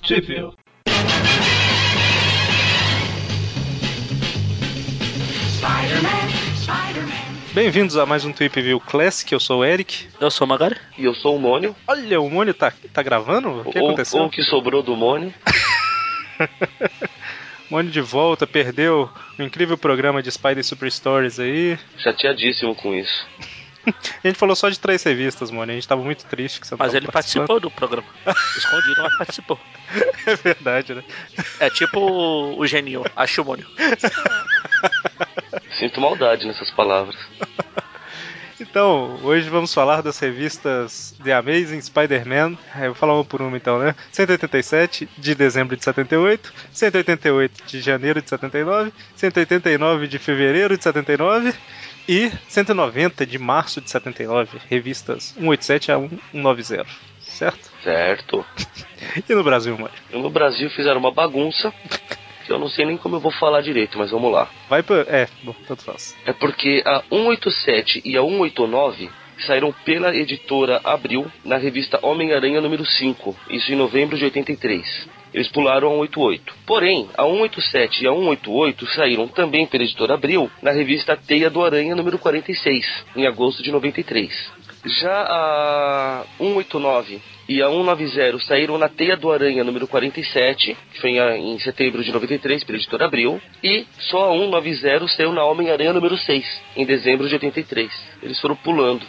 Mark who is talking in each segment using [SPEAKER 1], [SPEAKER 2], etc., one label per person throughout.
[SPEAKER 1] Possível. Bem-vindos a mais um Tweep View Classic, eu sou o Eric.
[SPEAKER 2] Eu sou o Magari.
[SPEAKER 3] E eu sou o Mônio.
[SPEAKER 1] Olha, o Mônio tá, tá gravando? O que
[SPEAKER 3] ou,
[SPEAKER 1] aconteceu?
[SPEAKER 3] ou o que sobrou do Mônio.
[SPEAKER 1] Mônio de volta, perdeu o incrível programa de Spider Super Stories aí.
[SPEAKER 3] Chateadíssimo com isso.
[SPEAKER 1] A gente falou só de três revistas, Mônio, a gente tava muito triste que você não
[SPEAKER 2] Mas
[SPEAKER 1] tava
[SPEAKER 2] ele participou do programa. Escondido, mas participou.
[SPEAKER 1] participando. É verdade, né?
[SPEAKER 2] É tipo o- o geninho, acho o Mônio.
[SPEAKER 3] Sinto maldade nessas palavras.
[SPEAKER 1] Então, hoje vamos falar das revistas The Amazing Spider-Man. É, eu vou falar uma por uma então, né? 187 de dezembro de 78, 188 de janeiro de 79, 189 de fevereiro de 79 e 190 de março de 79. Revistas 187 a 190, certo?
[SPEAKER 3] Certo.
[SPEAKER 1] E no Brasil, mano?
[SPEAKER 3] E No Brasil fizeram uma bagunça que eu não sei nem como eu vou falar direito, mas vamos lá.
[SPEAKER 1] Vai pra. É, bom, tanto faz.
[SPEAKER 3] É porque a 187 e a 189 saíram pela editora Abril na revista Homem-Aranha número 5, isso em novembro de 83. Eles pularam a 188. Porém, a 187 e a 188 saíram também pela editora Abril na revista Teia do Aranha número 46, em agosto de 93. Já a 189 e a 190 saíram na Teia do Aranha número 47, que foi em em setembro de 93 pela editora Abril, e só a 190 saiu na Homem-Aranha número 6, em dezembro de 83. Eles foram pulando.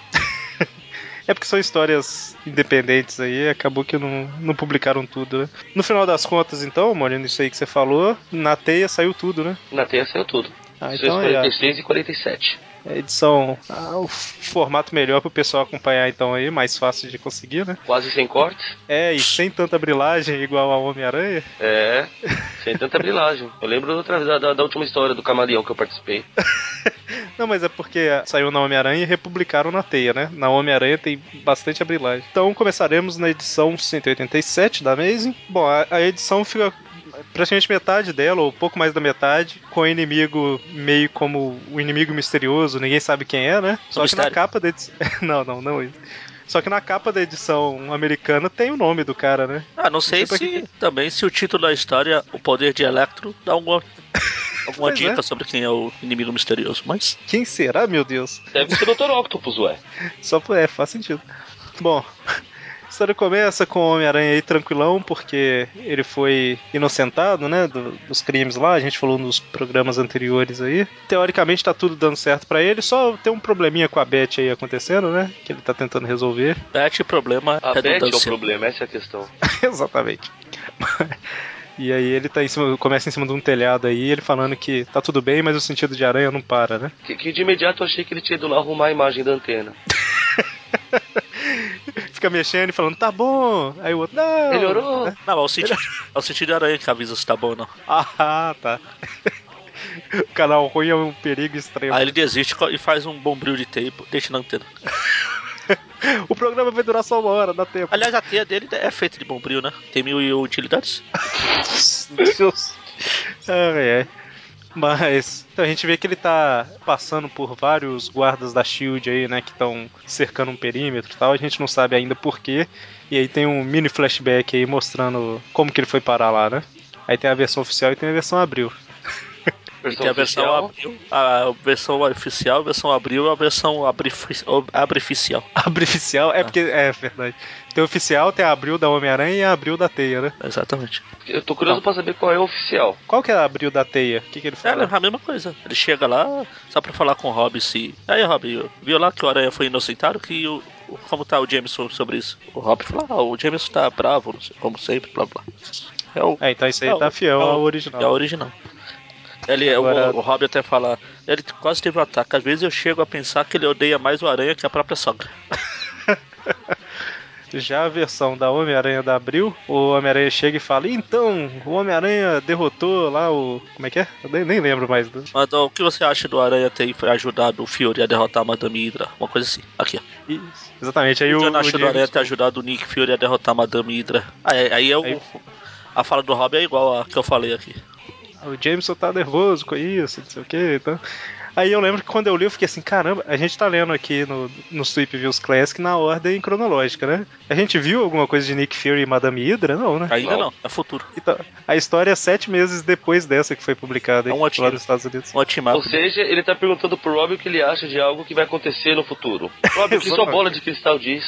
[SPEAKER 1] É porque são histórias independentes aí, acabou que não, não publicaram tudo, né? No final das contas, então, Moreno, isso aí que você falou, na teia saiu tudo, né?
[SPEAKER 3] Na Teia saiu tudo.
[SPEAKER 1] Ah,
[SPEAKER 3] Saiu
[SPEAKER 1] então
[SPEAKER 3] os
[SPEAKER 1] aí, ó,
[SPEAKER 3] 46 e 47.
[SPEAKER 1] é a edição, ah, o formato melhor pro pessoal acompanhar então aí, mais fácil de conseguir, né?
[SPEAKER 3] Quase sem cortes.
[SPEAKER 1] É, e sem tanta brilagem igual a Homem-Aranha.
[SPEAKER 3] É, sem tanta brilagem. Eu lembro da, outra- da- da- da última história do camaleão que eu participei.
[SPEAKER 1] Não, mas é porque saiu na Homem-Aranha e republicaram na teia, né? Na Homem-Aranha tem bastante abrilagem. Então começaremos na edição 187 da Amazing. Bom, a, a edição fica praticamente metade dela, ou pouco mais da metade, com o inimigo meio como o inimigo misterioso, ninguém sabe quem é, né? Só que na
[SPEAKER 2] Mistério.
[SPEAKER 1] capa da edição. não, não, não isso. Só que na capa da edição americana tem o nome do cara, né?
[SPEAKER 2] Ah, não sei
[SPEAKER 1] Não sei pra
[SPEAKER 2] se também se o título da história, O Poder de Electro, dá alguma, alguma
[SPEAKER 1] Pois
[SPEAKER 2] dica sobre quem é o inimigo misterioso, mas.
[SPEAKER 1] Quem será, meu Deus?
[SPEAKER 3] Deve ser o Dr. Octopus, ué.
[SPEAKER 1] Só por é, faz sentido. Bom, a história começa com o Homem-Aranha aí tranquilão, porque ele foi inocentado, né, do- dos crimes lá, a gente falou nos programas anteriores aí. Teoricamente tá tudo dando certo pra ele, só tem um probleminha com a Beth aí acontecendo, né, que ele tá tentando resolver.
[SPEAKER 2] Bete é problema
[SPEAKER 3] A Beth é o
[SPEAKER 2] redundância.
[SPEAKER 3] problema, essa é a questão.
[SPEAKER 1] Exatamente. E aí ele tá em cima, começa em cima de um telhado aí, ele falando que tá tudo bem, mas o sentido de aranha não para, né?
[SPEAKER 3] Que, que de imediato eu achei que ele tinha ido lá arrumar a imagem da antena.
[SPEAKER 1] Fica mexendo e falando, tá bom. Aí o outro, não.
[SPEAKER 3] Melhorou?
[SPEAKER 2] Não, é o sentido, é o sentido de aranha que avisa se tá bom ou não.
[SPEAKER 1] Ah, tá. O canal ruim é um perigo extremo.
[SPEAKER 2] Aí ele desiste e faz um bombril de tempo, deixa na antena.
[SPEAKER 1] O programa vai durar só uma hora, dá tempo.
[SPEAKER 2] Aliás, a teia dele é feita de bombril, né? Tem mil e utilidades.
[SPEAKER 1] Deus. Ai, ai. Mas então a gente vê que ele tá passando por vários guardas da Shield aí, né, que estão cercando um perímetro e tal. A gente não sabe ainda porquê. E aí tem um mini flashback aí mostrando como que ele foi parar lá, né? Aí tem a versão oficial e tem a versão abril.
[SPEAKER 2] E tem a versão
[SPEAKER 3] oficial.
[SPEAKER 2] abril, a versão oficial, a versão abril e a versão abrifi- abrificial.
[SPEAKER 1] Abre oficial, é porque é verdade. Tem o oficial, tem a abril da Homem-Aranha e a abril da Teia, né?
[SPEAKER 2] Exatamente.
[SPEAKER 3] Eu tô curioso pra saber qual é o oficial.
[SPEAKER 1] Qual que é a abril da Teia? O que que ele
[SPEAKER 2] É
[SPEAKER 1] fala?
[SPEAKER 2] é a mesma coisa. Ele chega lá só pra falar com o Rob se. Aí, Rob, viu lá que o Aranha foi inocentado? Que o. o- Como tá o Jameson sobre isso? O Rob fala, ah, o Jameson tá bravo, não sei, como sempre, blá blá. É o.
[SPEAKER 1] É, então isso aí
[SPEAKER 2] é o-
[SPEAKER 1] tá fiel
[SPEAKER 2] é o-
[SPEAKER 1] ao
[SPEAKER 2] É o
[SPEAKER 1] original.
[SPEAKER 2] original. Ele,
[SPEAKER 1] Agora-
[SPEAKER 2] o, o Rob até fala, ele quase teve um ataque. Às vezes eu chego a pensar que ele odeia mais o Aranha que a própria sogra.
[SPEAKER 1] Já a versão da Homem-Aranha da Abril, o Homem-Aranha chega e fala: Então, o Homem-Aranha derrotou lá o. Como é que é? Eu nem, nem lembro mais. do-
[SPEAKER 2] Mas ó, o que você acha do Aranha ter ajudado o Fury a derrotar a Madame Hydra? Uma coisa assim. Aqui, ó.
[SPEAKER 1] Ih, Exatamente. Aí o.
[SPEAKER 2] O que eu
[SPEAKER 1] o
[SPEAKER 2] não acho do
[SPEAKER 1] James-
[SPEAKER 2] Aranha ter ajudado o Nick Fury a derrotar a Madame Hydra? Aí, aí eu,
[SPEAKER 1] Aí-
[SPEAKER 2] a fala do Rob é igual a que eu falei aqui.
[SPEAKER 1] o Jameson tá nervoso com isso, não sei o que. Então... Aí eu lembro que quando eu li, eu fiquei assim, caramba, a gente tá lendo aqui no, no Sweep Views Classic na ordem cronológica, né? A gente viu alguma coisa de Nick Fury e Madame Hydra? Não, né?
[SPEAKER 2] Ainda
[SPEAKER 3] Não.
[SPEAKER 2] não, é futuro.
[SPEAKER 1] Então, a história é sete meses depois dessa que foi publicada
[SPEAKER 2] É
[SPEAKER 1] hein,
[SPEAKER 2] um
[SPEAKER 1] lá
[SPEAKER 2] atiro.
[SPEAKER 1] nos Estados Unidos.
[SPEAKER 2] Um ultimato.
[SPEAKER 3] Ou seja, ele tá perguntando pro Rob o que ele acha de algo que vai acontecer no futuro. Rob, o que sua
[SPEAKER 1] Exatamente.
[SPEAKER 3] bola de cristal diz?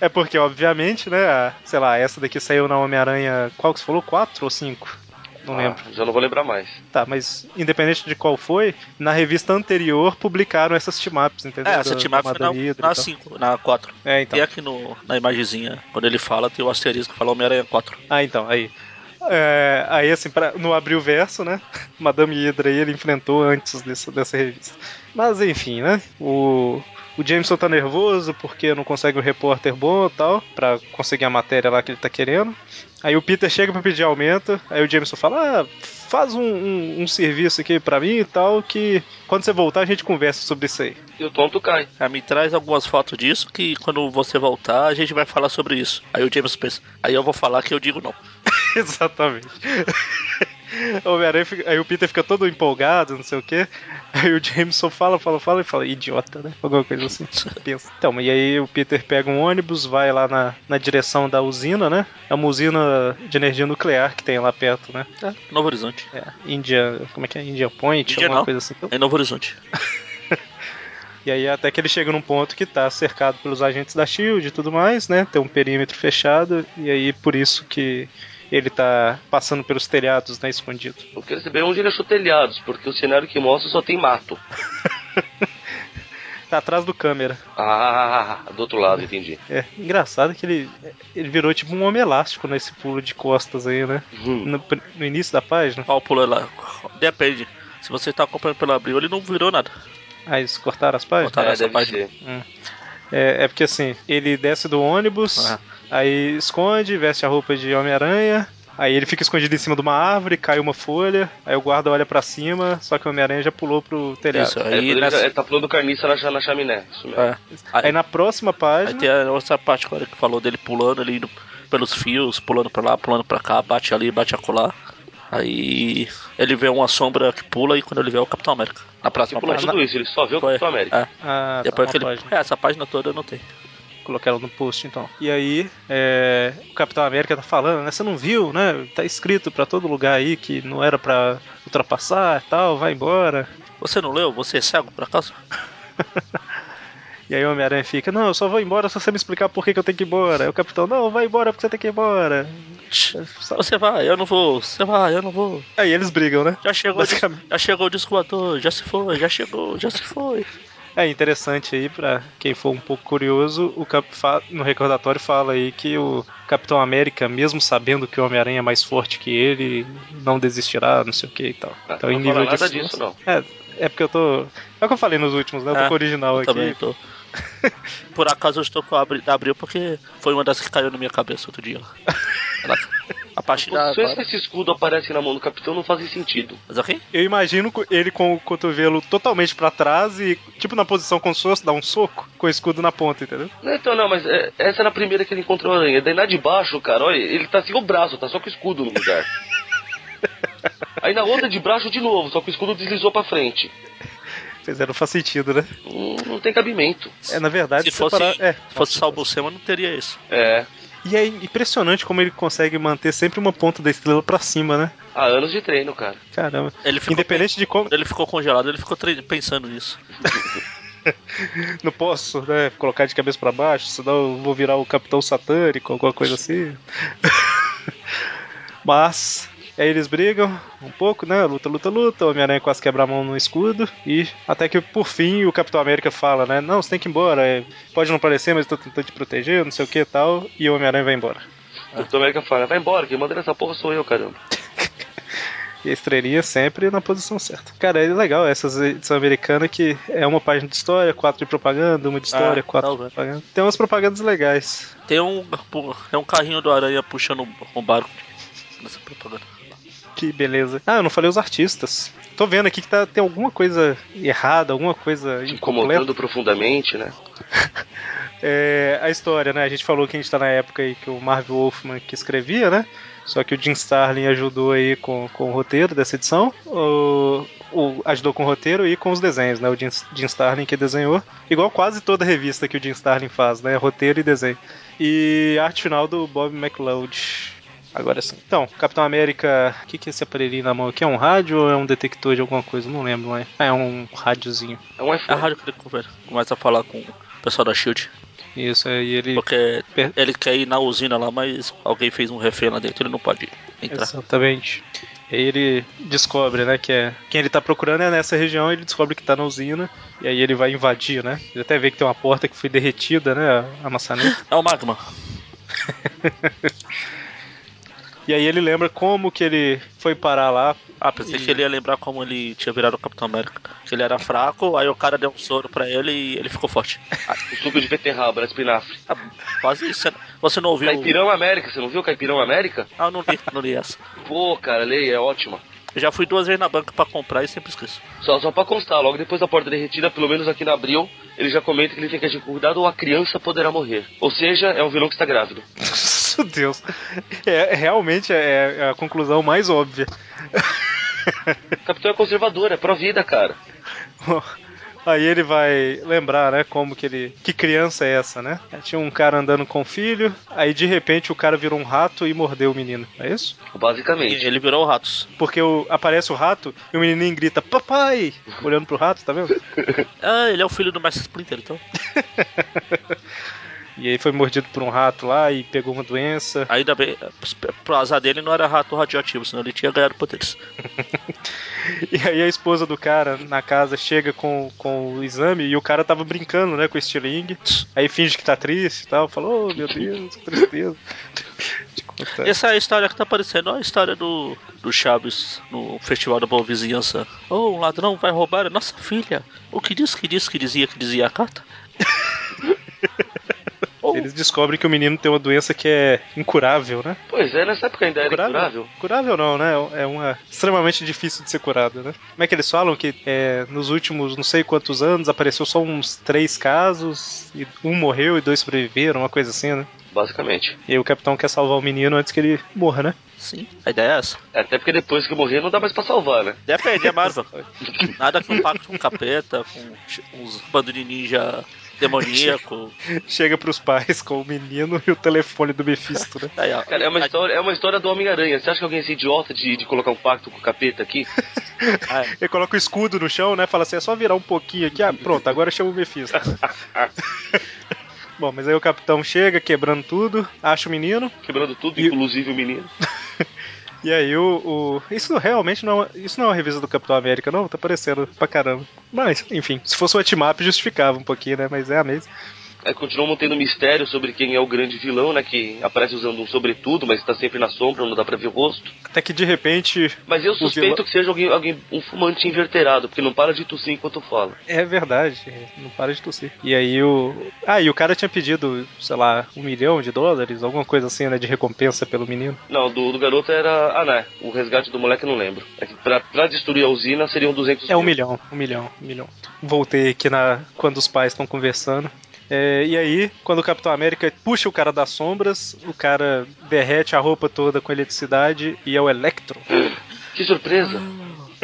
[SPEAKER 1] É porque, obviamente, né? a- sei lá, essa daqui saiu na Homem-Aranha. Qual que você falou? Quatro ou cinco? Não lembro.
[SPEAKER 3] Ah, já não vou lembrar mais.
[SPEAKER 1] Tá, mas independente de qual foi, na revista anterior publicaram essas team-ups, entendeu?
[SPEAKER 2] É,
[SPEAKER 1] Da-
[SPEAKER 2] essa
[SPEAKER 1] da
[SPEAKER 2] team-up foi
[SPEAKER 1] Madame Hydra então. e
[SPEAKER 2] na- na
[SPEAKER 1] tal.
[SPEAKER 2] 5, na 4.
[SPEAKER 1] É, então.
[SPEAKER 2] E aqui no, na imagenzinha, quando ele fala, tem o asterisco que fala Homem-Aranha 4.
[SPEAKER 1] Ah, então, aí. É, aí, assim, pra, no abril verso, né? Madame Hydra aí ele enfrentou antes dessa, dessa revista. Mas, enfim, né? O, o Jameson tá nervoso porque não consegue um repórter bom e tal, pra conseguir a matéria lá que ele tá querendo. Aí o Peter chega pra pedir aumento, aí o Jameson fala: ah, faz um, um- um serviço aqui pra mim e tal, que quando você voltar a gente conversa sobre isso aí.
[SPEAKER 3] E o tonto cai.
[SPEAKER 2] Ah, me traz algumas fotos disso que quando você voltar a gente vai falar sobre isso. Aí o James pensa, aí eu vou falar que eu digo não.
[SPEAKER 1] Exatamente. O Homem-Aranha fica- aí o Peter fica todo empolgado, não sei o quê. Aí o Jameson fala, fala, fala e fala, idiota, né? Alguma coisa assim. Pensa. Então, e aí o Peter pega um ônibus, vai lá na, na direção da usina, né? É uma usina de energia nuclear que tem lá perto, né?
[SPEAKER 2] Novo Horizonte.
[SPEAKER 1] É, India. Como é que é? India Point?
[SPEAKER 2] Indian
[SPEAKER 1] alguma
[SPEAKER 2] não.
[SPEAKER 1] coisa assim.
[SPEAKER 2] É Novo Horizonte.
[SPEAKER 1] E aí até que ele chega num ponto que tá cercado pelos agentes da Shield e tudo mais, né? Tem um perímetro fechado, e aí por isso que ele tá passando pelos telhados, né, escondido.
[SPEAKER 3] Eu quero saber onde ele achou telhados, porque o cenário que mostra só tem mato.
[SPEAKER 1] Tá atrás do câmera.
[SPEAKER 3] Ah, do outro lado, entendi.
[SPEAKER 1] É. Engraçado que ele, ele virou tipo um homem elástico nesse pulo de costas aí, né?
[SPEAKER 3] Hum.
[SPEAKER 1] No, pr- no início da página.
[SPEAKER 2] Olha o pulo lá. Depende. Se você tá acompanhando pelo abril, ele não virou nada.
[SPEAKER 1] Ah, eles cortaram as páginas?
[SPEAKER 2] Cortaram. Tá
[SPEAKER 3] é,
[SPEAKER 2] nessa
[SPEAKER 3] deve
[SPEAKER 2] página.
[SPEAKER 3] ser.
[SPEAKER 1] É, é porque assim, ele desce do ônibus,
[SPEAKER 2] Ah.
[SPEAKER 1] aí esconde, veste a roupa de Homem-Aranha. Aí ele fica escondido em cima de uma árvore, cai uma folha, aí o guarda olha pra cima, só que o Homem-Aranha já pulou pro telhado.
[SPEAKER 2] Isso,
[SPEAKER 3] É,
[SPEAKER 2] aí
[SPEAKER 3] quando ele
[SPEAKER 2] nessa-
[SPEAKER 3] é, tá pulando carniça na, cha- na chaminé. Isso mesmo.
[SPEAKER 2] é.
[SPEAKER 1] Aí
[SPEAKER 2] Aí,
[SPEAKER 1] na próxima
[SPEAKER 2] aí
[SPEAKER 1] página.
[SPEAKER 2] tem a outra parte agora que falou dele pulando, ele indo pelos fios, pulando pra lá, pulando pra cá, bate ali, bate acolá. Aí ele vê uma sombra que pula e quando ele vê é o Capitão América. tá, Na próxima
[SPEAKER 3] Pulou
[SPEAKER 2] página.
[SPEAKER 3] Tipo, é tudo isso, ele só vê o
[SPEAKER 2] Foi.
[SPEAKER 3] Capitão América.
[SPEAKER 2] É.
[SPEAKER 1] Ah, tá,
[SPEAKER 2] Depois
[SPEAKER 1] uma
[SPEAKER 2] que ele...
[SPEAKER 1] página.
[SPEAKER 2] É, essa página toda não tem.
[SPEAKER 1] colocar ela no post então. E aí, é, o Capitão América tá falando, né? Você não viu, né? Tá escrito pra todo lugar aí que não era pra ultrapassar e tal, vai embora.
[SPEAKER 2] Você não leu? Você é cego, por acaso?
[SPEAKER 1] E aí o Homem-Aranha fica, não, eu só vou embora se você me explicar por que, que eu tenho que ir embora. Aí o Capitão, não, vai embora porque você tem que ir embora.
[SPEAKER 2] Você vai, eu não vou, você vai, eu não vou.
[SPEAKER 1] Aí eles brigam, né?
[SPEAKER 2] Já chegou, o dis-
[SPEAKER 1] Basicamente.
[SPEAKER 2] já chegou o descoador, já se foi, já chegou, já se foi.
[SPEAKER 1] É interessante aí, pra quem for um pouco curioso, o Cap fa- no recordatório fala aí que o Capitão América, mesmo sabendo que o Homem-Aranha é mais forte que ele, não desistirá, não sei o que e tal.
[SPEAKER 3] Ah,
[SPEAKER 1] Então,
[SPEAKER 3] não
[SPEAKER 1] em nível
[SPEAKER 3] fala
[SPEAKER 1] de
[SPEAKER 3] nada disso, não.
[SPEAKER 1] É, é porque eu tô. É o que eu falei nos últimos, né? Eu tô
[SPEAKER 2] É,
[SPEAKER 1] com o original
[SPEAKER 2] Eu
[SPEAKER 1] aqui.
[SPEAKER 2] também tô. Por acaso eu estou com a abri... abril porque foi uma das que caiu na minha cabeça outro dia. A partir da
[SPEAKER 3] Posições que
[SPEAKER 2] agora.
[SPEAKER 3] esse escudo aparece na mão do Capitão não fazem sentido.
[SPEAKER 2] Mas ok?
[SPEAKER 1] Eu imagino co- ele com o cotovelo totalmente pra trás e, tipo, na posição com o soço, dá um soco com o escudo na ponta, entendeu?
[SPEAKER 3] Não, então não, mas é, essa era a primeira que ele encontrou a aranha. Daí lá de baixo, cara, olha, ele tá sem o braço, tá só com o escudo no lugar. Aí na outra de braço de novo, só que o escudo deslizou pra frente.
[SPEAKER 1] Pois é, não faz sentido, né?
[SPEAKER 3] Hum, não tem cabimento.
[SPEAKER 1] É, na verdade,
[SPEAKER 2] Se fosse,
[SPEAKER 1] separar- é.
[SPEAKER 2] se fosse só o Buscema, não teria isso.
[SPEAKER 3] É,
[SPEAKER 1] E é impressionante como ele consegue manter sempre uma ponta da estrela pra cima, né?
[SPEAKER 3] há anos de treino, cara.
[SPEAKER 1] Caramba.
[SPEAKER 2] Ele ficou,
[SPEAKER 1] Independente de como.
[SPEAKER 2] Quando ele ficou congelado, ele ficou tre- pensando nisso.
[SPEAKER 1] Não posso, né? Colocar de cabeça pra baixo, senão eu vou virar o capitão satânico, alguma coisa assim. Mas. Aí eles brigam um pouco, né? Luta, luta, luta. O Homem-Aranha quase quebra a mão no escudo. E até que por fim o Capitão América fala, né? Não, você tem que ir embora. é, Pode não parecer, mas eu tô tentando te proteger, não sei o que e tal. E o Homem-Aranha vai embora.
[SPEAKER 3] O Capitão América fala, vai embora, quem manda nessa porra sou eu, caramba.
[SPEAKER 1] E a estrelinha sempre na posição certa. Cara, é legal essas edições americanas que é uma página de história, quatro de propaganda, uma de história,
[SPEAKER 2] Ah,
[SPEAKER 1] quatro
[SPEAKER 2] talvez.
[SPEAKER 1] de propaganda. Tem umas propagandas legais.
[SPEAKER 2] Tem um, tem um carrinho do aranha puxando um barco nessa propaganda.
[SPEAKER 1] Que beleza. Ah, eu não falei os artistas. Tô vendo aqui que tá, tem alguma coisa errada, alguma coisa incompleta.
[SPEAKER 3] Te incomodando profundamente, né?
[SPEAKER 1] É, a história, né? A gente falou que a gente tá na época aí que o Marvel Wolfman que escrevia, né? Só que o Jim Starlin ajudou aí com, com o roteiro dessa edição. O, o, ajudou com o roteiro e com os desenhos, né? O Jim, Jim Starlin que desenhou. Igual quase toda revista que o Jim Starlin faz, né? Roteiro e desenho. E arte final do Bob McLeod. Agora sim. Então, Capitão América, o que, que é esse aparelhinho na mão aqui? É um rádio ou é um detector de alguma coisa? Não lembro, não é? Ah, é um rádiozinho.
[SPEAKER 3] É um
[SPEAKER 2] É a
[SPEAKER 3] iPhone.
[SPEAKER 2] rádio que ele conversa. começa a falar com o pessoal da Shield.
[SPEAKER 1] Isso, aí ele.
[SPEAKER 2] Porque
[SPEAKER 1] Per-
[SPEAKER 2] ele quer ir na usina lá, mas alguém fez um refém lá dentro, ele não pode entrar.
[SPEAKER 1] Exatamente. E aí ele descobre, né, que é quem ele tá procurando é nessa região, ele descobre que tá na usina, e aí ele vai invadir, né? Ele até vê que tem uma porta que foi derretida, né, a, a maçaneta.
[SPEAKER 2] É o Magma.
[SPEAKER 1] E aí ele lembra como que ele foi parar lá.
[SPEAKER 2] Ah, pensei que ele ia lembrar como ele tinha virado o Capitão América. Que ele era fraco, aí o cara deu um soro pra ele e ele ficou forte.
[SPEAKER 3] Ah, O suco de beterraba, era espinafre.
[SPEAKER 2] Ah, quase isso. né? Você não ouviu?
[SPEAKER 3] Caipirão América, você não viu Caipirão América?
[SPEAKER 2] Ah, não li, não li essa.
[SPEAKER 3] Pô, cara, leia, é ótima.
[SPEAKER 2] Eu já fui duas vezes na banca pra comprar e sempre esqueço.
[SPEAKER 3] Só, só pra constar, logo depois da porta derretida, pelo menos aqui na Abril, ele já comenta que ele tem que agir com cuidado ou a criança poderá morrer. Ou seja, é um vilão que está grávido.
[SPEAKER 1] Meu Deus. É, realmente é é a conclusão mais óbvia.
[SPEAKER 3] O capitão é conservador, é pró-vida, cara.
[SPEAKER 1] Bom, Aí ele vai lembrar, né, como que ele. Que criança é essa, né? Tinha um cara andando com o filho, aí de repente o cara virou um rato e mordeu o menino. É isso?
[SPEAKER 2] E
[SPEAKER 3] Basicamente.
[SPEAKER 2] ele virou o Ratos.
[SPEAKER 1] Porque o- aparece o rato e o menininho grita, papai! Olhando pro rato, tá vendo?
[SPEAKER 2] Ah, ele é o filho do Mestre Splinter, então.
[SPEAKER 1] E aí foi mordido por um rato lá e pegou uma doença.
[SPEAKER 2] Ainda bem, pro azar dele não era rato radioativo, senão ele tinha ganhado poderes.
[SPEAKER 1] E aí a esposa do cara na casa chega com, com o exame e o cara tava brincando, né, com o estilingue. Aí finge que tá triste e tal. Falou, oh, meu Deus, que tristeza. Tipo, Te contar.
[SPEAKER 2] Essa é a história que tá aparecendo, ó, a história do, do Chaves no Festival da Boa Vizinhança. Oh, um ladrão vai roubar a nossa filha. O que diz, que diz, que dizia, que dizia a carta? oh,
[SPEAKER 1] Eles descobrem que o menino tem uma doença que é incurável, né?
[SPEAKER 3] Pois é, nessa época ainda era incurável.
[SPEAKER 1] Curável não, né? É uma extremamente difícil de ser curada, né? Como é que eles falam que é, nos últimos não sei quantos anos apareceu só uns três casos e um morreu e dois sobreviveram, uma coisa assim, né?
[SPEAKER 3] Basicamente.
[SPEAKER 1] E aí o capitão quer salvar o menino antes que ele morra, né?
[SPEAKER 2] Sim, a ideia é essa.
[SPEAKER 3] Até porque depois que morrer não dá mais pra salvar, né?
[SPEAKER 2] Depende, é Marvel. Nada com pacto com capeta, com ch- uns bando de ninja demoníaco.
[SPEAKER 1] Chega pros pais com o menino e o telefone do Mephisto, né?
[SPEAKER 2] Aí, ó,
[SPEAKER 3] Cara, é uma
[SPEAKER 2] aí-
[SPEAKER 3] história, é uma história do Homem-Aranha. Você acha que alguém ia ser idiota de, de colocar um pacto com o capeta aqui?
[SPEAKER 2] aí-
[SPEAKER 1] Ele coloca o escudo no chão, né? Fala assim, é só virar um pouquinho aqui. Ah, pronto, agora chama o Mephisto. Bom, mas aí o capitão chega quebrando tudo, acha o menino,
[SPEAKER 3] Quebrando tudo,
[SPEAKER 1] E-
[SPEAKER 3] inclusive o menino.
[SPEAKER 1] E aí o, o- Isso realmente não é uma... Isso não é uma revista do Capitão América, não? Tá parecendo pra caramba. Mas, enfim, se fosse o Timap justificava um pouquinho, né? Mas é a mesma.
[SPEAKER 3] Aí continuam mantendo mistério sobre quem é o grande vilão, né? Que aparece usando um sobretudo, mas tá sempre na sombra, não dá pra ver o rosto.
[SPEAKER 1] Até que de repente.
[SPEAKER 3] Mas eu suspeito
[SPEAKER 1] vilão-
[SPEAKER 3] que seja alguém, alguém, um fumante inverterado, porque não para de tossir enquanto fala.
[SPEAKER 1] É verdade, não para de tossir. E aí o. Ah, e o cara tinha pedido, sei lá, um milhão de dólares, alguma coisa assim, né? De recompensa pelo menino.
[SPEAKER 3] Não, do, do garoto era. Ah, né? O resgate do moleque eu não lembro. É que pra, pra destruir a usina seriam 200
[SPEAKER 1] É um
[SPEAKER 3] mil.
[SPEAKER 1] milhão, um milhão, um milhão. Voltei aqui na quando os pais estão conversando. É, e aí, quando o Capitão América puxa o cara das sombras, o cara derrete a roupa toda com eletricidade e é o Electro.
[SPEAKER 3] Que surpresa!
[SPEAKER 2] Ah.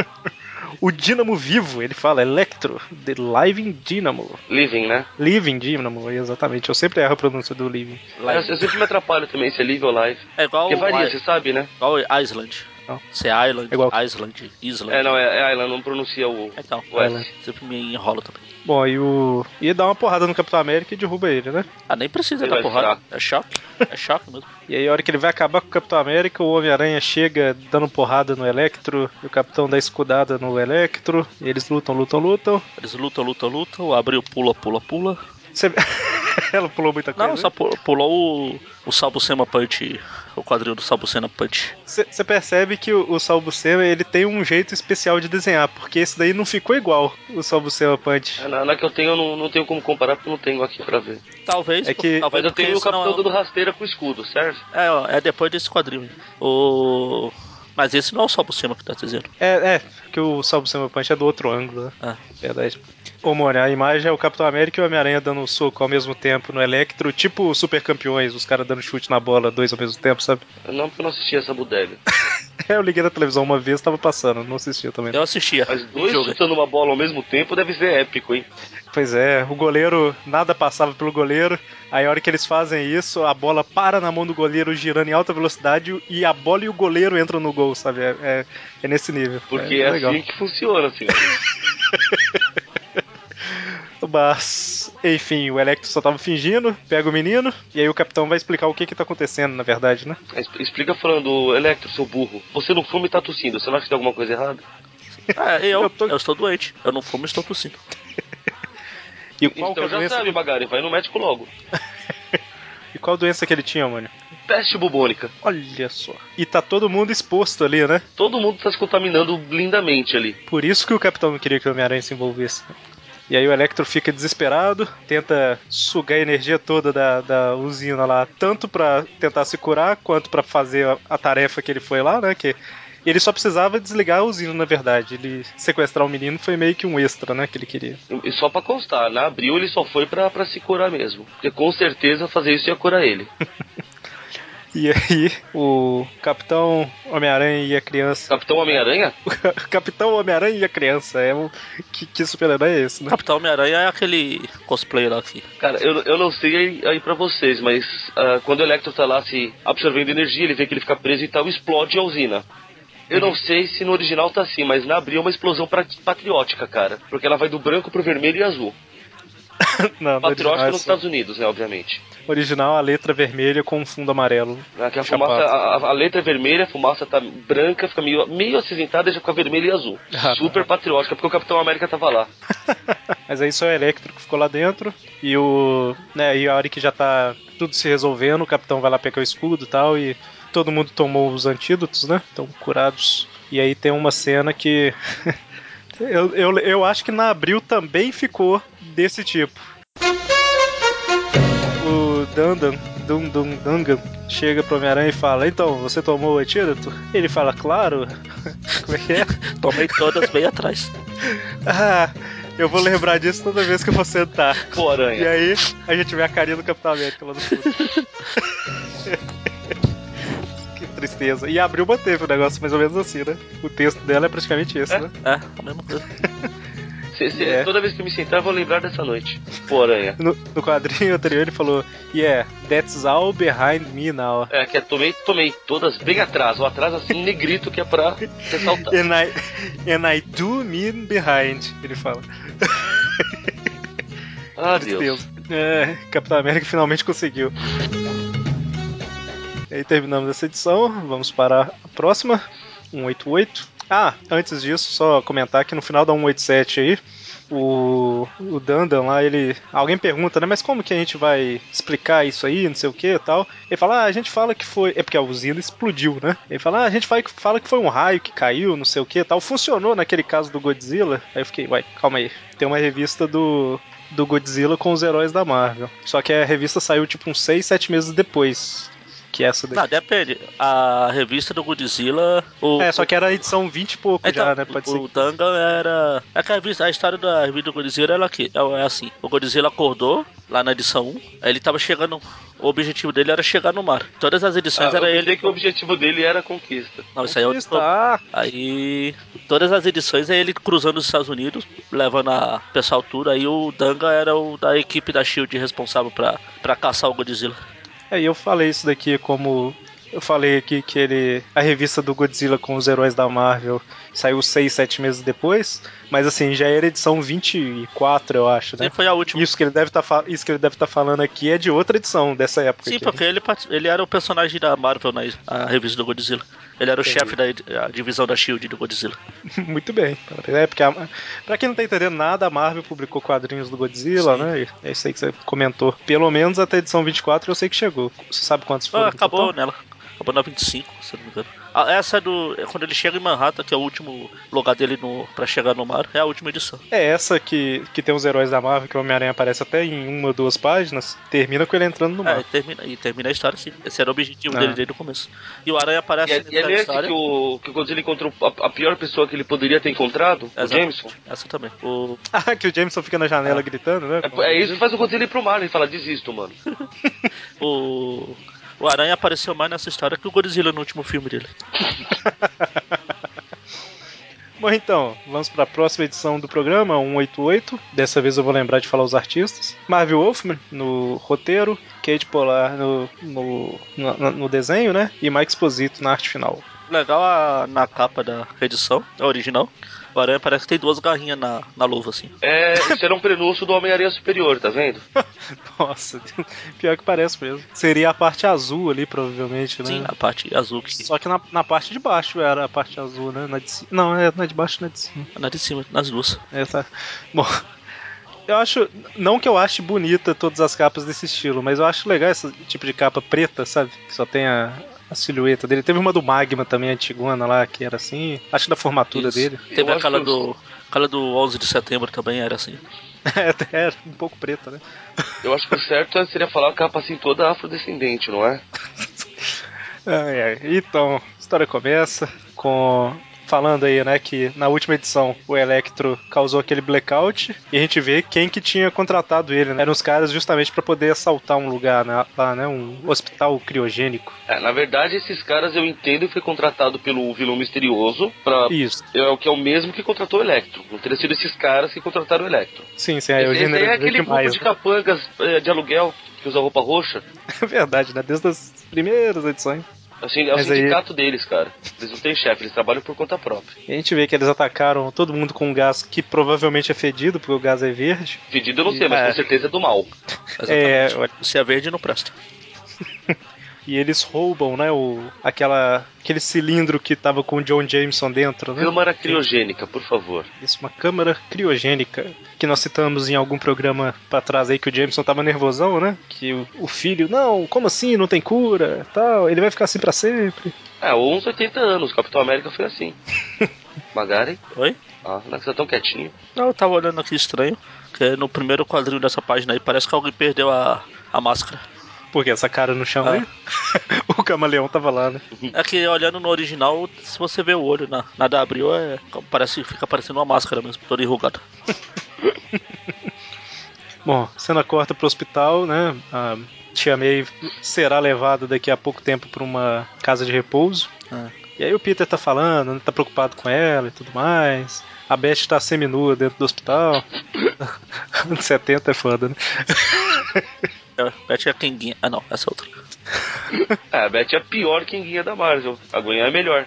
[SPEAKER 1] O Dínamo vivo, ele fala Electro, The Living Dynamo.
[SPEAKER 3] Living, né?
[SPEAKER 1] Living Dynamo, exatamente. Eu sempre erro a pronúncia do Living.
[SPEAKER 3] Eu, eu sempre me atrapalho também se é live ou live.
[SPEAKER 2] É igual,
[SPEAKER 3] Porque varia,
[SPEAKER 2] I-
[SPEAKER 3] você sabe, né?
[SPEAKER 2] igual Island.
[SPEAKER 1] Não.
[SPEAKER 2] Se é Island,
[SPEAKER 1] É igual-
[SPEAKER 2] Island, Island.
[SPEAKER 3] É, não, é, é Island, não pronuncia o,
[SPEAKER 2] Então,
[SPEAKER 3] o
[SPEAKER 1] Island.
[SPEAKER 3] S.
[SPEAKER 2] sempre me enrola também.
[SPEAKER 1] Bom, aí o. E dá uma porrada no Capitão América e derruba ele, né?
[SPEAKER 2] Ah, nem precisa
[SPEAKER 3] Ele
[SPEAKER 2] da
[SPEAKER 3] é
[SPEAKER 2] porrada.
[SPEAKER 3] fraco.
[SPEAKER 2] É choque. É choque mesmo.
[SPEAKER 1] E aí, a hora que ele vai acabar com o Capitão América, o Homem-Aranha chega dando porrada no Electro, e o Capitão dá escudada no Electro, e eles lutam, lutam, lutam.
[SPEAKER 2] Eles lutam, lutam, lutam. Abriu, pula, pula, pula.
[SPEAKER 1] Você... Ela pulou muita coisa.
[SPEAKER 2] Não, só pu- pulou o, o Salbucema Punch. O quadril do Salbucema Punch.
[SPEAKER 1] Você você percebe que o, o Salbucema, ele tem um jeito especial de desenhar, porque esse daí não ficou igual o Salbucema Punch.
[SPEAKER 3] É, na, na que eu tenho, eu não, não tenho como comparar, porque eu não tenho aqui pra ver.
[SPEAKER 2] Talvez.
[SPEAKER 1] É que-
[SPEAKER 2] talvez
[SPEAKER 3] Mas eu
[SPEAKER 2] porque
[SPEAKER 3] tenho o
[SPEAKER 2] isso não
[SPEAKER 3] capitão
[SPEAKER 2] é-
[SPEAKER 3] dando rasteira com escudo, serve?
[SPEAKER 2] É, ó, é depois desse quadril. hein. O... Mas esse não é o Salbucema que tá dizendo.
[SPEAKER 1] É, é, porque o Salbucema Punch é do outro ângulo, né?
[SPEAKER 2] Ah.
[SPEAKER 1] Verdade. Ô, Mônia, a imagem é o Capitão América e o Homem-Aranha dando um soco ao mesmo tempo no Electro, tipo super campeões, os caras dando chute na bola, dois ao mesmo tempo, sabe?
[SPEAKER 3] Não, porque eu não assisti essa bodega.
[SPEAKER 1] Eu liguei na televisão uma vez, tava passando, não assistia também.
[SPEAKER 2] Eu assistia.
[SPEAKER 3] Mas dois
[SPEAKER 2] Jogo.
[SPEAKER 3] chutando uma bola ao mesmo tempo deve ser épico, hein?
[SPEAKER 1] Pois é, o goleiro, nada passava pelo goleiro. Aí a hora que eles fazem isso, a bola para na mão do goleiro girando em alta velocidade e a bola e o goleiro entram no gol, sabe? É, é- é nesse nível.
[SPEAKER 3] Porque
[SPEAKER 1] é,
[SPEAKER 3] é,
[SPEAKER 1] é legal.
[SPEAKER 3] assim que funciona, senhor.
[SPEAKER 1] Mas, enfim, o Electro só tava fingindo, pega o menino, e aí o capitão vai explicar o que que tá acontecendo, na verdade, né?
[SPEAKER 3] Es- Explica falando, Electro, seu burro, você não fuma e tá tossindo, será que tem alguma coisa errada?
[SPEAKER 2] Ah, eu,
[SPEAKER 1] Eu
[SPEAKER 2] eu,
[SPEAKER 1] tô-
[SPEAKER 2] estou doente. Eu não fumo, estou tossindo.
[SPEAKER 1] E qual, que é
[SPEAKER 3] então
[SPEAKER 1] a
[SPEAKER 3] já
[SPEAKER 1] doença,
[SPEAKER 3] sabe, Magari, vai no médico logo.
[SPEAKER 1] e qual doença que ele tinha, mano?
[SPEAKER 3] Peste bubônica.
[SPEAKER 1] Olha só. E tá todo mundo exposto ali, né?
[SPEAKER 3] Todo mundo tá se contaminando lindamente ali.
[SPEAKER 1] Por isso que o Capitão não queria que o Homem-Aranha se envolvesse. E aí o Electro fica desesperado, tenta sugar a energia toda da, da usina lá, tanto pra tentar se curar, quanto pra fazer a, a tarefa que ele foi lá, né? Que ele só precisava desligar a usina, na verdade. Ele sequestrar o menino foi meio que um extra, né? Que ele queria.
[SPEAKER 3] E só pra constar, na abril ele só foi pra, pra se curar mesmo. Porque com certeza fazer isso ia curar ele.
[SPEAKER 1] E aí o Capitão Homem-Aranha e a criança.
[SPEAKER 3] Capitão Homem-Aranha?
[SPEAKER 1] O Capitão Homem-Aranha e a criança. É um, que, que super-herói é esse, né?
[SPEAKER 2] Capitão Homem-Aranha é aquele cosplayer lá aqui.
[SPEAKER 3] Cara, eu, eu não sei aí, aí pra vocês, mas ah, quando o Electro tá lá se absorvendo energia, ele vê que ele fica preso e tal, explode a usina. Eu
[SPEAKER 1] Uhum.
[SPEAKER 3] não sei se no original tá assim, mas na abril é uma explosão pra- patriótica, cara. Porque ela vai do branco pro vermelho e azul.
[SPEAKER 1] Não, no original,
[SPEAKER 3] Patriótica
[SPEAKER 1] é
[SPEAKER 3] nos
[SPEAKER 1] só-
[SPEAKER 3] Estados Unidos, né, obviamente.
[SPEAKER 1] original a letra vermelha com fundo amarelo.
[SPEAKER 3] Ah, que a,
[SPEAKER 1] Chapado.
[SPEAKER 3] fumaça, a, a- a letra é vermelha, a fumaça tá branca, fica meio, meio acinzentada e já fica vermelha e azul.
[SPEAKER 1] Ah,
[SPEAKER 3] Super patriótica, porque o Capitão América tava lá.
[SPEAKER 1] Mas aí só o Electro que ficou lá dentro. E o. Né, e a hora que já tá tudo se resolvendo, o capitão vai lá pegar o escudo e tal. E todo mundo tomou os antídotos, né? Estão curados. E aí tem uma cena que. eu, eu, eu acho que na abril também ficou desse tipo. O Dandan, Dum Dum Dangan, chega pro Homem-Aranha e fala: Então, você tomou o antídoto? Ele fala: Claro. Como é que é?
[SPEAKER 2] Tomei todas bem atrás.
[SPEAKER 1] Ah, eu vou lembrar disso toda vez que eu vou sentar.
[SPEAKER 3] Pô,
[SPEAKER 1] E
[SPEAKER 3] aranha.
[SPEAKER 1] aí, a gente vê a carinha do Capitão América lá no fundo. que tristeza. E abriu manteve o negócio mais ou menos assim, né? O texto dela é praticamente esse, né?
[SPEAKER 2] É, a mesma coisa.
[SPEAKER 3] Cê- cê-
[SPEAKER 1] É.
[SPEAKER 3] Toda vez que eu me sentar, eu vou lembrar dessa noite. Pô, aranha.
[SPEAKER 1] No, no quadrinho anterior ele falou: Yeah, that's all behind me now.
[SPEAKER 3] É, que é tomei, tomei todas bem atrás, ou atrás assim, negrito que é pra ser saltado.
[SPEAKER 1] And I, and I do mean behind, ele fala.
[SPEAKER 3] Ah, Deus.
[SPEAKER 1] Tristeza. É, Capitão América finalmente conseguiu. E aí terminamos essa edição, vamos para a próxima, 188. Ah, antes disso, só comentar que no final da 187 aí, o, o Dandan lá, ele. Alguém pergunta, né? Mas como que a gente vai explicar isso aí, não sei o que e tal? Ele fala, ah, a gente fala que foi. É porque a usina explodiu, né? Ele fala, ah, a gente vai- fala que foi um raio que caiu, não sei o que e tal. Funcionou naquele caso do Godzilla. Aí eu fiquei, uai, calma aí. Tem uma revista do. Do Godzilla com os heróis da Marvel. Só que a revista saiu tipo uns 6, 7 meses depois que é essa daí.
[SPEAKER 2] Não, depende. A revista do Godzilla. O,
[SPEAKER 1] É, só que era a edição 20 e pouco
[SPEAKER 2] Então,
[SPEAKER 1] já, né? Pode ser.
[SPEAKER 2] o Dangan era. É que a, revista- a história da revista do Godzilla era aqui, é assim: o Godzilla acordou lá na edição 1, aí ele tava chegando. O objetivo dele era chegar no mar. Todas as edições
[SPEAKER 3] Ah, eu
[SPEAKER 2] era
[SPEAKER 3] pensei
[SPEAKER 2] ele.
[SPEAKER 3] que o objetivo dele era a conquista.
[SPEAKER 2] Não, isso aí é outro.
[SPEAKER 1] Ah,
[SPEAKER 2] Aí, todas as edições é ele cruzando os Estados Unidos, levando a pessoal tudo. Aí o Danga era o da equipe da Shield responsável pra, pra caçar o Godzilla.
[SPEAKER 1] É, e eu falei isso daqui como. Eu falei aqui que ele. A revista do Godzilla com os heróis da Marvel saiu 6, 7 meses depois. Mas assim, já era edição 24, eu acho, né?
[SPEAKER 2] Sim, foi a última.
[SPEAKER 1] Isso que ele deve estar falando aqui é de outra edição dessa época.
[SPEAKER 2] Sim,
[SPEAKER 1] aqui.
[SPEAKER 2] porque ele, parti- ele era o personagem da Marvel na a revista do Godzilla. Ele era o
[SPEAKER 1] Entendi.
[SPEAKER 2] chefe da ed- a divisão da Shield do Godzilla.
[SPEAKER 3] Ah,
[SPEAKER 1] Muito bem. É, porque a, pra quem não tá entendendo nada, a Marvel publicou quadrinhos do Godzilla,
[SPEAKER 2] Sim.
[SPEAKER 1] né? E É isso aí que você comentou. Pelo menos até a edição 24 eu sei que chegou. Você sabe quantos foram?
[SPEAKER 2] Ah,
[SPEAKER 1] no total?
[SPEAKER 2] acabou
[SPEAKER 3] né?
[SPEAKER 2] nela. Acabou na 25, se eu não me engano. Ah, essa é do. é quando ele chega em Manhattan, que é o último lugar dele no, pra chegar no mar, é a última edição.
[SPEAKER 1] É essa que, que tem os heróis da Marvel, que o Homem-Aranha aparece até em uma ou duas páginas, termina com ele entrando
[SPEAKER 3] Ah.
[SPEAKER 1] no
[SPEAKER 2] É,
[SPEAKER 1] mar.
[SPEAKER 2] e termina, e termina a história assim. Esse era o objetivo
[SPEAKER 1] Ah.
[SPEAKER 2] dele desde o começo. E o Aranha
[SPEAKER 3] E
[SPEAKER 2] aparece
[SPEAKER 3] é, e é
[SPEAKER 2] na
[SPEAKER 3] nesse
[SPEAKER 2] história.
[SPEAKER 3] que o, que o Godzilla encontrou a, a pior pessoa que ele poderia ter encontrado, o
[SPEAKER 2] Exato.
[SPEAKER 3] Jameson.
[SPEAKER 2] Essa também. O,
[SPEAKER 1] Ah, que o Jameson fica na janela gritando, né?
[SPEAKER 3] É, é isso que faz o Godzilla ir pro mar, ele fala, desisto, mano.
[SPEAKER 2] o, o Aranha apareceu mais nessa história que o Godzilla no último filme dele.
[SPEAKER 1] Bom, então, vamos para a próxima edição do programa, 188. Dessa vez eu vou lembrar de falar os artistas. Marvel Wolfman no roteiro, Kate Polar no, no, no, no desenho, né? E Mike Exposito na arte final.
[SPEAKER 2] Legal a, na capa da edição, a original. O aranha parece que tem duas garrinhas na, na luva, assim.
[SPEAKER 3] É, isso era um prenúncio do Homem-Aranha Superior, tá vendo?
[SPEAKER 1] Nossa, pior que parece mesmo. Seria a parte azul ali, provavelmente, né?
[SPEAKER 2] Sim, a parte azul que.
[SPEAKER 1] Só que na, na parte de baixo era a parte azul, né? Na de cima. Não, é na de baixo e na de cima.
[SPEAKER 2] Na de cima, nas duas.
[SPEAKER 1] É, tá. Bom. Eu acho, não que eu ache bonita todas as capas desse estilo, mas eu acho legal esse tipo de capa preta, sabe? Que só tem a, a silhueta dele. Teve uma do Magma também, antigona lá, que era assim. Acho que da formatura
[SPEAKER 2] Isso.
[SPEAKER 1] dele.
[SPEAKER 2] Teve
[SPEAKER 3] é Eu
[SPEAKER 2] aquela
[SPEAKER 3] acho-
[SPEAKER 2] do. Aquela do 11 de setembro também era assim.
[SPEAKER 1] É, até era um pouco preta, né?
[SPEAKER 3] Eu acho que o certo é, seria falar capa assim toda afrodescendente, não é?
[SPEAKER 1] Ai, ai. Então, a história começa com. Falando aí, né, que na última edição o Electro causou aquele blackout e a gente vê quem que tinha contratado ele, né? Eram os caras justamente pra poder assaltar um lugar né, lá, né? Um hospital criogênico.
[SPEAKER 3] É, na verdade, esses caras eu entendo que foi contratado pelo vilão misterioso pra.
[SPEAKER 1] Isso.
[SPEAKER 3] É o que é o mesmo que contratou o Electro. Não teria sido esses caras que contrataram o Electro.
[SPEAKER 1] Sim, sim, aí eu
[SPEAKER 3] Esse aí é
[SPEAKER 1] generalizei
[SPEAKER 3] aquele
[SPEAKER 1] demais.
[SPEAKER 3] grupo de capangas eh, de aluguel que usa roupa roxa.
[SPEAKER 1] né? É verdade, né? Desde as primeiras edições.
[SPEAKER 3] Assim, é o
[SPEAKER 1] Mas aí-
[SPEAKER 3] sindicato deles, cara. Eles não têm chefe, eles trabalham por conta própria.
[SPEAKER 1] E a gente vê que eles atacaram todo mundo com um gás que provavelmente é fedido, porque o gás é verde.
[SPEAKER 3] Fedido eu não sei, mas
[SPEAKER 1] É.
[SPEAKER 3] com certeza é do mal.
[SPEAKER 1] É, olha,
[SPEAKER 2] Se é verde, não presta.
[SPEAKER 1] e eles roubam, né, o, aquela, aquele cilindro que tava com o John Jameson dentro, né?
[SPEAKER 3] Câmara criogênica, por favor.
[SPEAKER 1] Isso, uma câmara criogênica, que nós citamos em algum programa pra trás aí que o Jameson tava nervosão, né? Que o, o filho, não, como assim, não tem cura, tal, ele vai ficar assim pra sempre.
[SPEAKER 3] É, ou uns 80 anos, Capitão América foi assim. Magari?
[SPEAKER 2] Oi?
[SPEAKER 3] Ah, não é que você tá tão quietinho.
[SPEAKER 2] Não, eu tava olhando aqui estranho. Que no primeiro quadrinho dessa página aí parece que alguém perdeu a, a máscara.
[SPEAKER 1] Porque essa cara no chão
[SPEAKER 3] Ah.
[SPEAKER 1] aí, o camaleão tava lá, né?
[SPEAKER 3] Hum.
[SPEAKER 2] É que olhando no original, se você vê o olho na, na da abril, é, parece, fica parecendo uma máscara mesmo, toda enrugada.
[SPEAKER 1] Bom, cena corta pro hospital, né? A tia May será levada daqui a pouco tempo pra uma casa de repouso.
[SPEAKER 2] Ah.
[SPEAKER 3] É.
[SPEAKER 1] E aí o Peter tá falando, né, tá preocupado com ela e tudo mais. A Beth tá seminua dentro do hospital. Anos 70 é foda, né?
[SPEAKER 2] É, Beth é a Kenguinha. Ah, não, essa é outra.
[SPEAKER 3] É, a Beth é a pior quinguinha da Marvel. A Gwen é a melhor.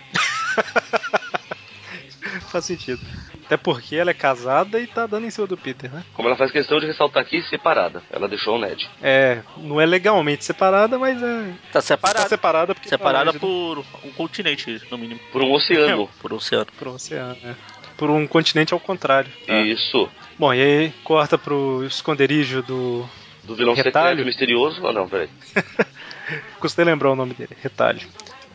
[SPEAKER 1] Faz sentido. Até porque ela é casada e tá dando em cima do Peter, né?
[SPEAKER 3] Como ela faz questão de ressaltar aqui, separada. Ela deixou o Ned.
[SPEAKER 1] É, não é legalmente separada, mas é.
[SPEAKER 2] Tá
[SPEAKER 1] Tá
[SPEAKER 2] separada.
[SPEAKER 1] separada porque. tá
[SPEAKER 2] separada
[SPEAKER 1] longe, né?
[SPEAKER 2] por um continente, no mínimo.
[SPEAKER 3] Por um oceano.
[SPEAKER 2] Por um oceano.
[SPEAKER 1] Por um oceano, né? Por um continente ao contrário.
[SPEAKER 3] Isso.
[SPEAKER 1] Bom, e aí corta pro esconderijo do.
[SPEAKER 3] Do vilão
[SPEAKER 1] Retalho?
[SPEAKER 3] secreto misterioso. Ah, não, peraí.
[SPEAKER 1] Custei lembrar o nome dele, retalho.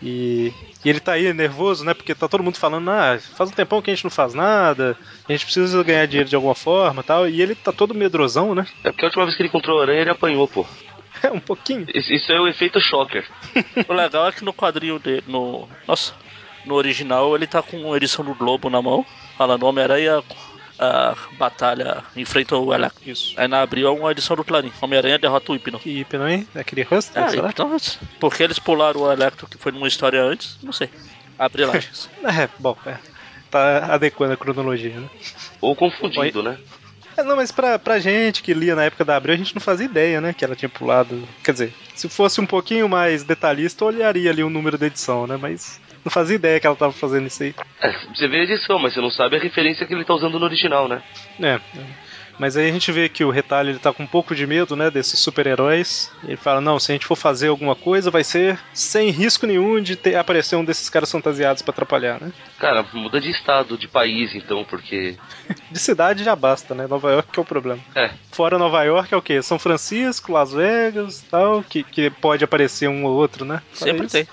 [SPEAKER 1] E, e ele tá aí nervoso, né? Porque tá todo mundo falando, ah, faz um tempão que a gente não faz nada, a gente precisa ganhar dinheiro de alguma forma tal. E ele tá todo medrosão, né?
[SPEAKER 3] É porque a última vez que ele encontrou a aranha, ele apanhou, pô.
[SPEAKER 1] É um pouquinho.
[SPEAKER 3] Isso isso é o efeito shocker.
[SPEAKER 2] O legal é que no quadrinho dele, no. Nossa, no original ele tá com uma edição do Globo na mão, falando Homem-Aranha a batalha enfrenta o Electro.
[SPEAKER 1] Isso.
[SPEAKER 2] Aí na abril é uma edição do Clarim, Homem-Aranha derrota o Hipno.
[SPEAKER 1] Que hipno, hein? Aquele Rust,
[SPEAKER 2] É,
[SPEAKER 1] será?
[SPEAKER 2] então, porque eles pularam o Electro que foi numa história antes, não sei. Abre lá. gente.
[SPEAKER 1] É, bom, é. Tá adequando a cronologia, né?
[SPEAKER 3] Ou confundido, né?
[SPEAKER 1] É, não, mas pra, pra gente que lia na época da Abril, a gente não fazia ideia, né? Que ela tinha pulado. Quer dizer, se fosse um pouquinho mais detalhista, eu olharia ali o número da edição, né? Mas não fazia ideia que ela tava fazendo isso aí.
[SPEAKER 3] É, você vê a edição, mas você não sabe a referência que ele tá usando no original, né?
[SPEAKER 1] É. Mas aí a gente vê que o retalho ele tá com um pouco de medo, né, desses super-heróis. Ele fala: "Não, se a gente for fazer alguma coisa, vai ser sem risco nenhum de ter aparecer um desses caras fantasiados pra atrapalhar, né?
[SPEAKER 3] Cara, muda de estado, de país, então, porque.
[SPEAKER 1] De cidade já basta, né? Nova York que é o problema.
[SPEAKER 3] É,
[SPEAKER 1] Fora Nova York é o quê? São Francisco, Las Vegas, tal, que, que pode aparecer um ou outro, né? Fora
[SPEAKER 2] Sempre
[SPEAKER 1] isso.
[SPEAKER 2] tem.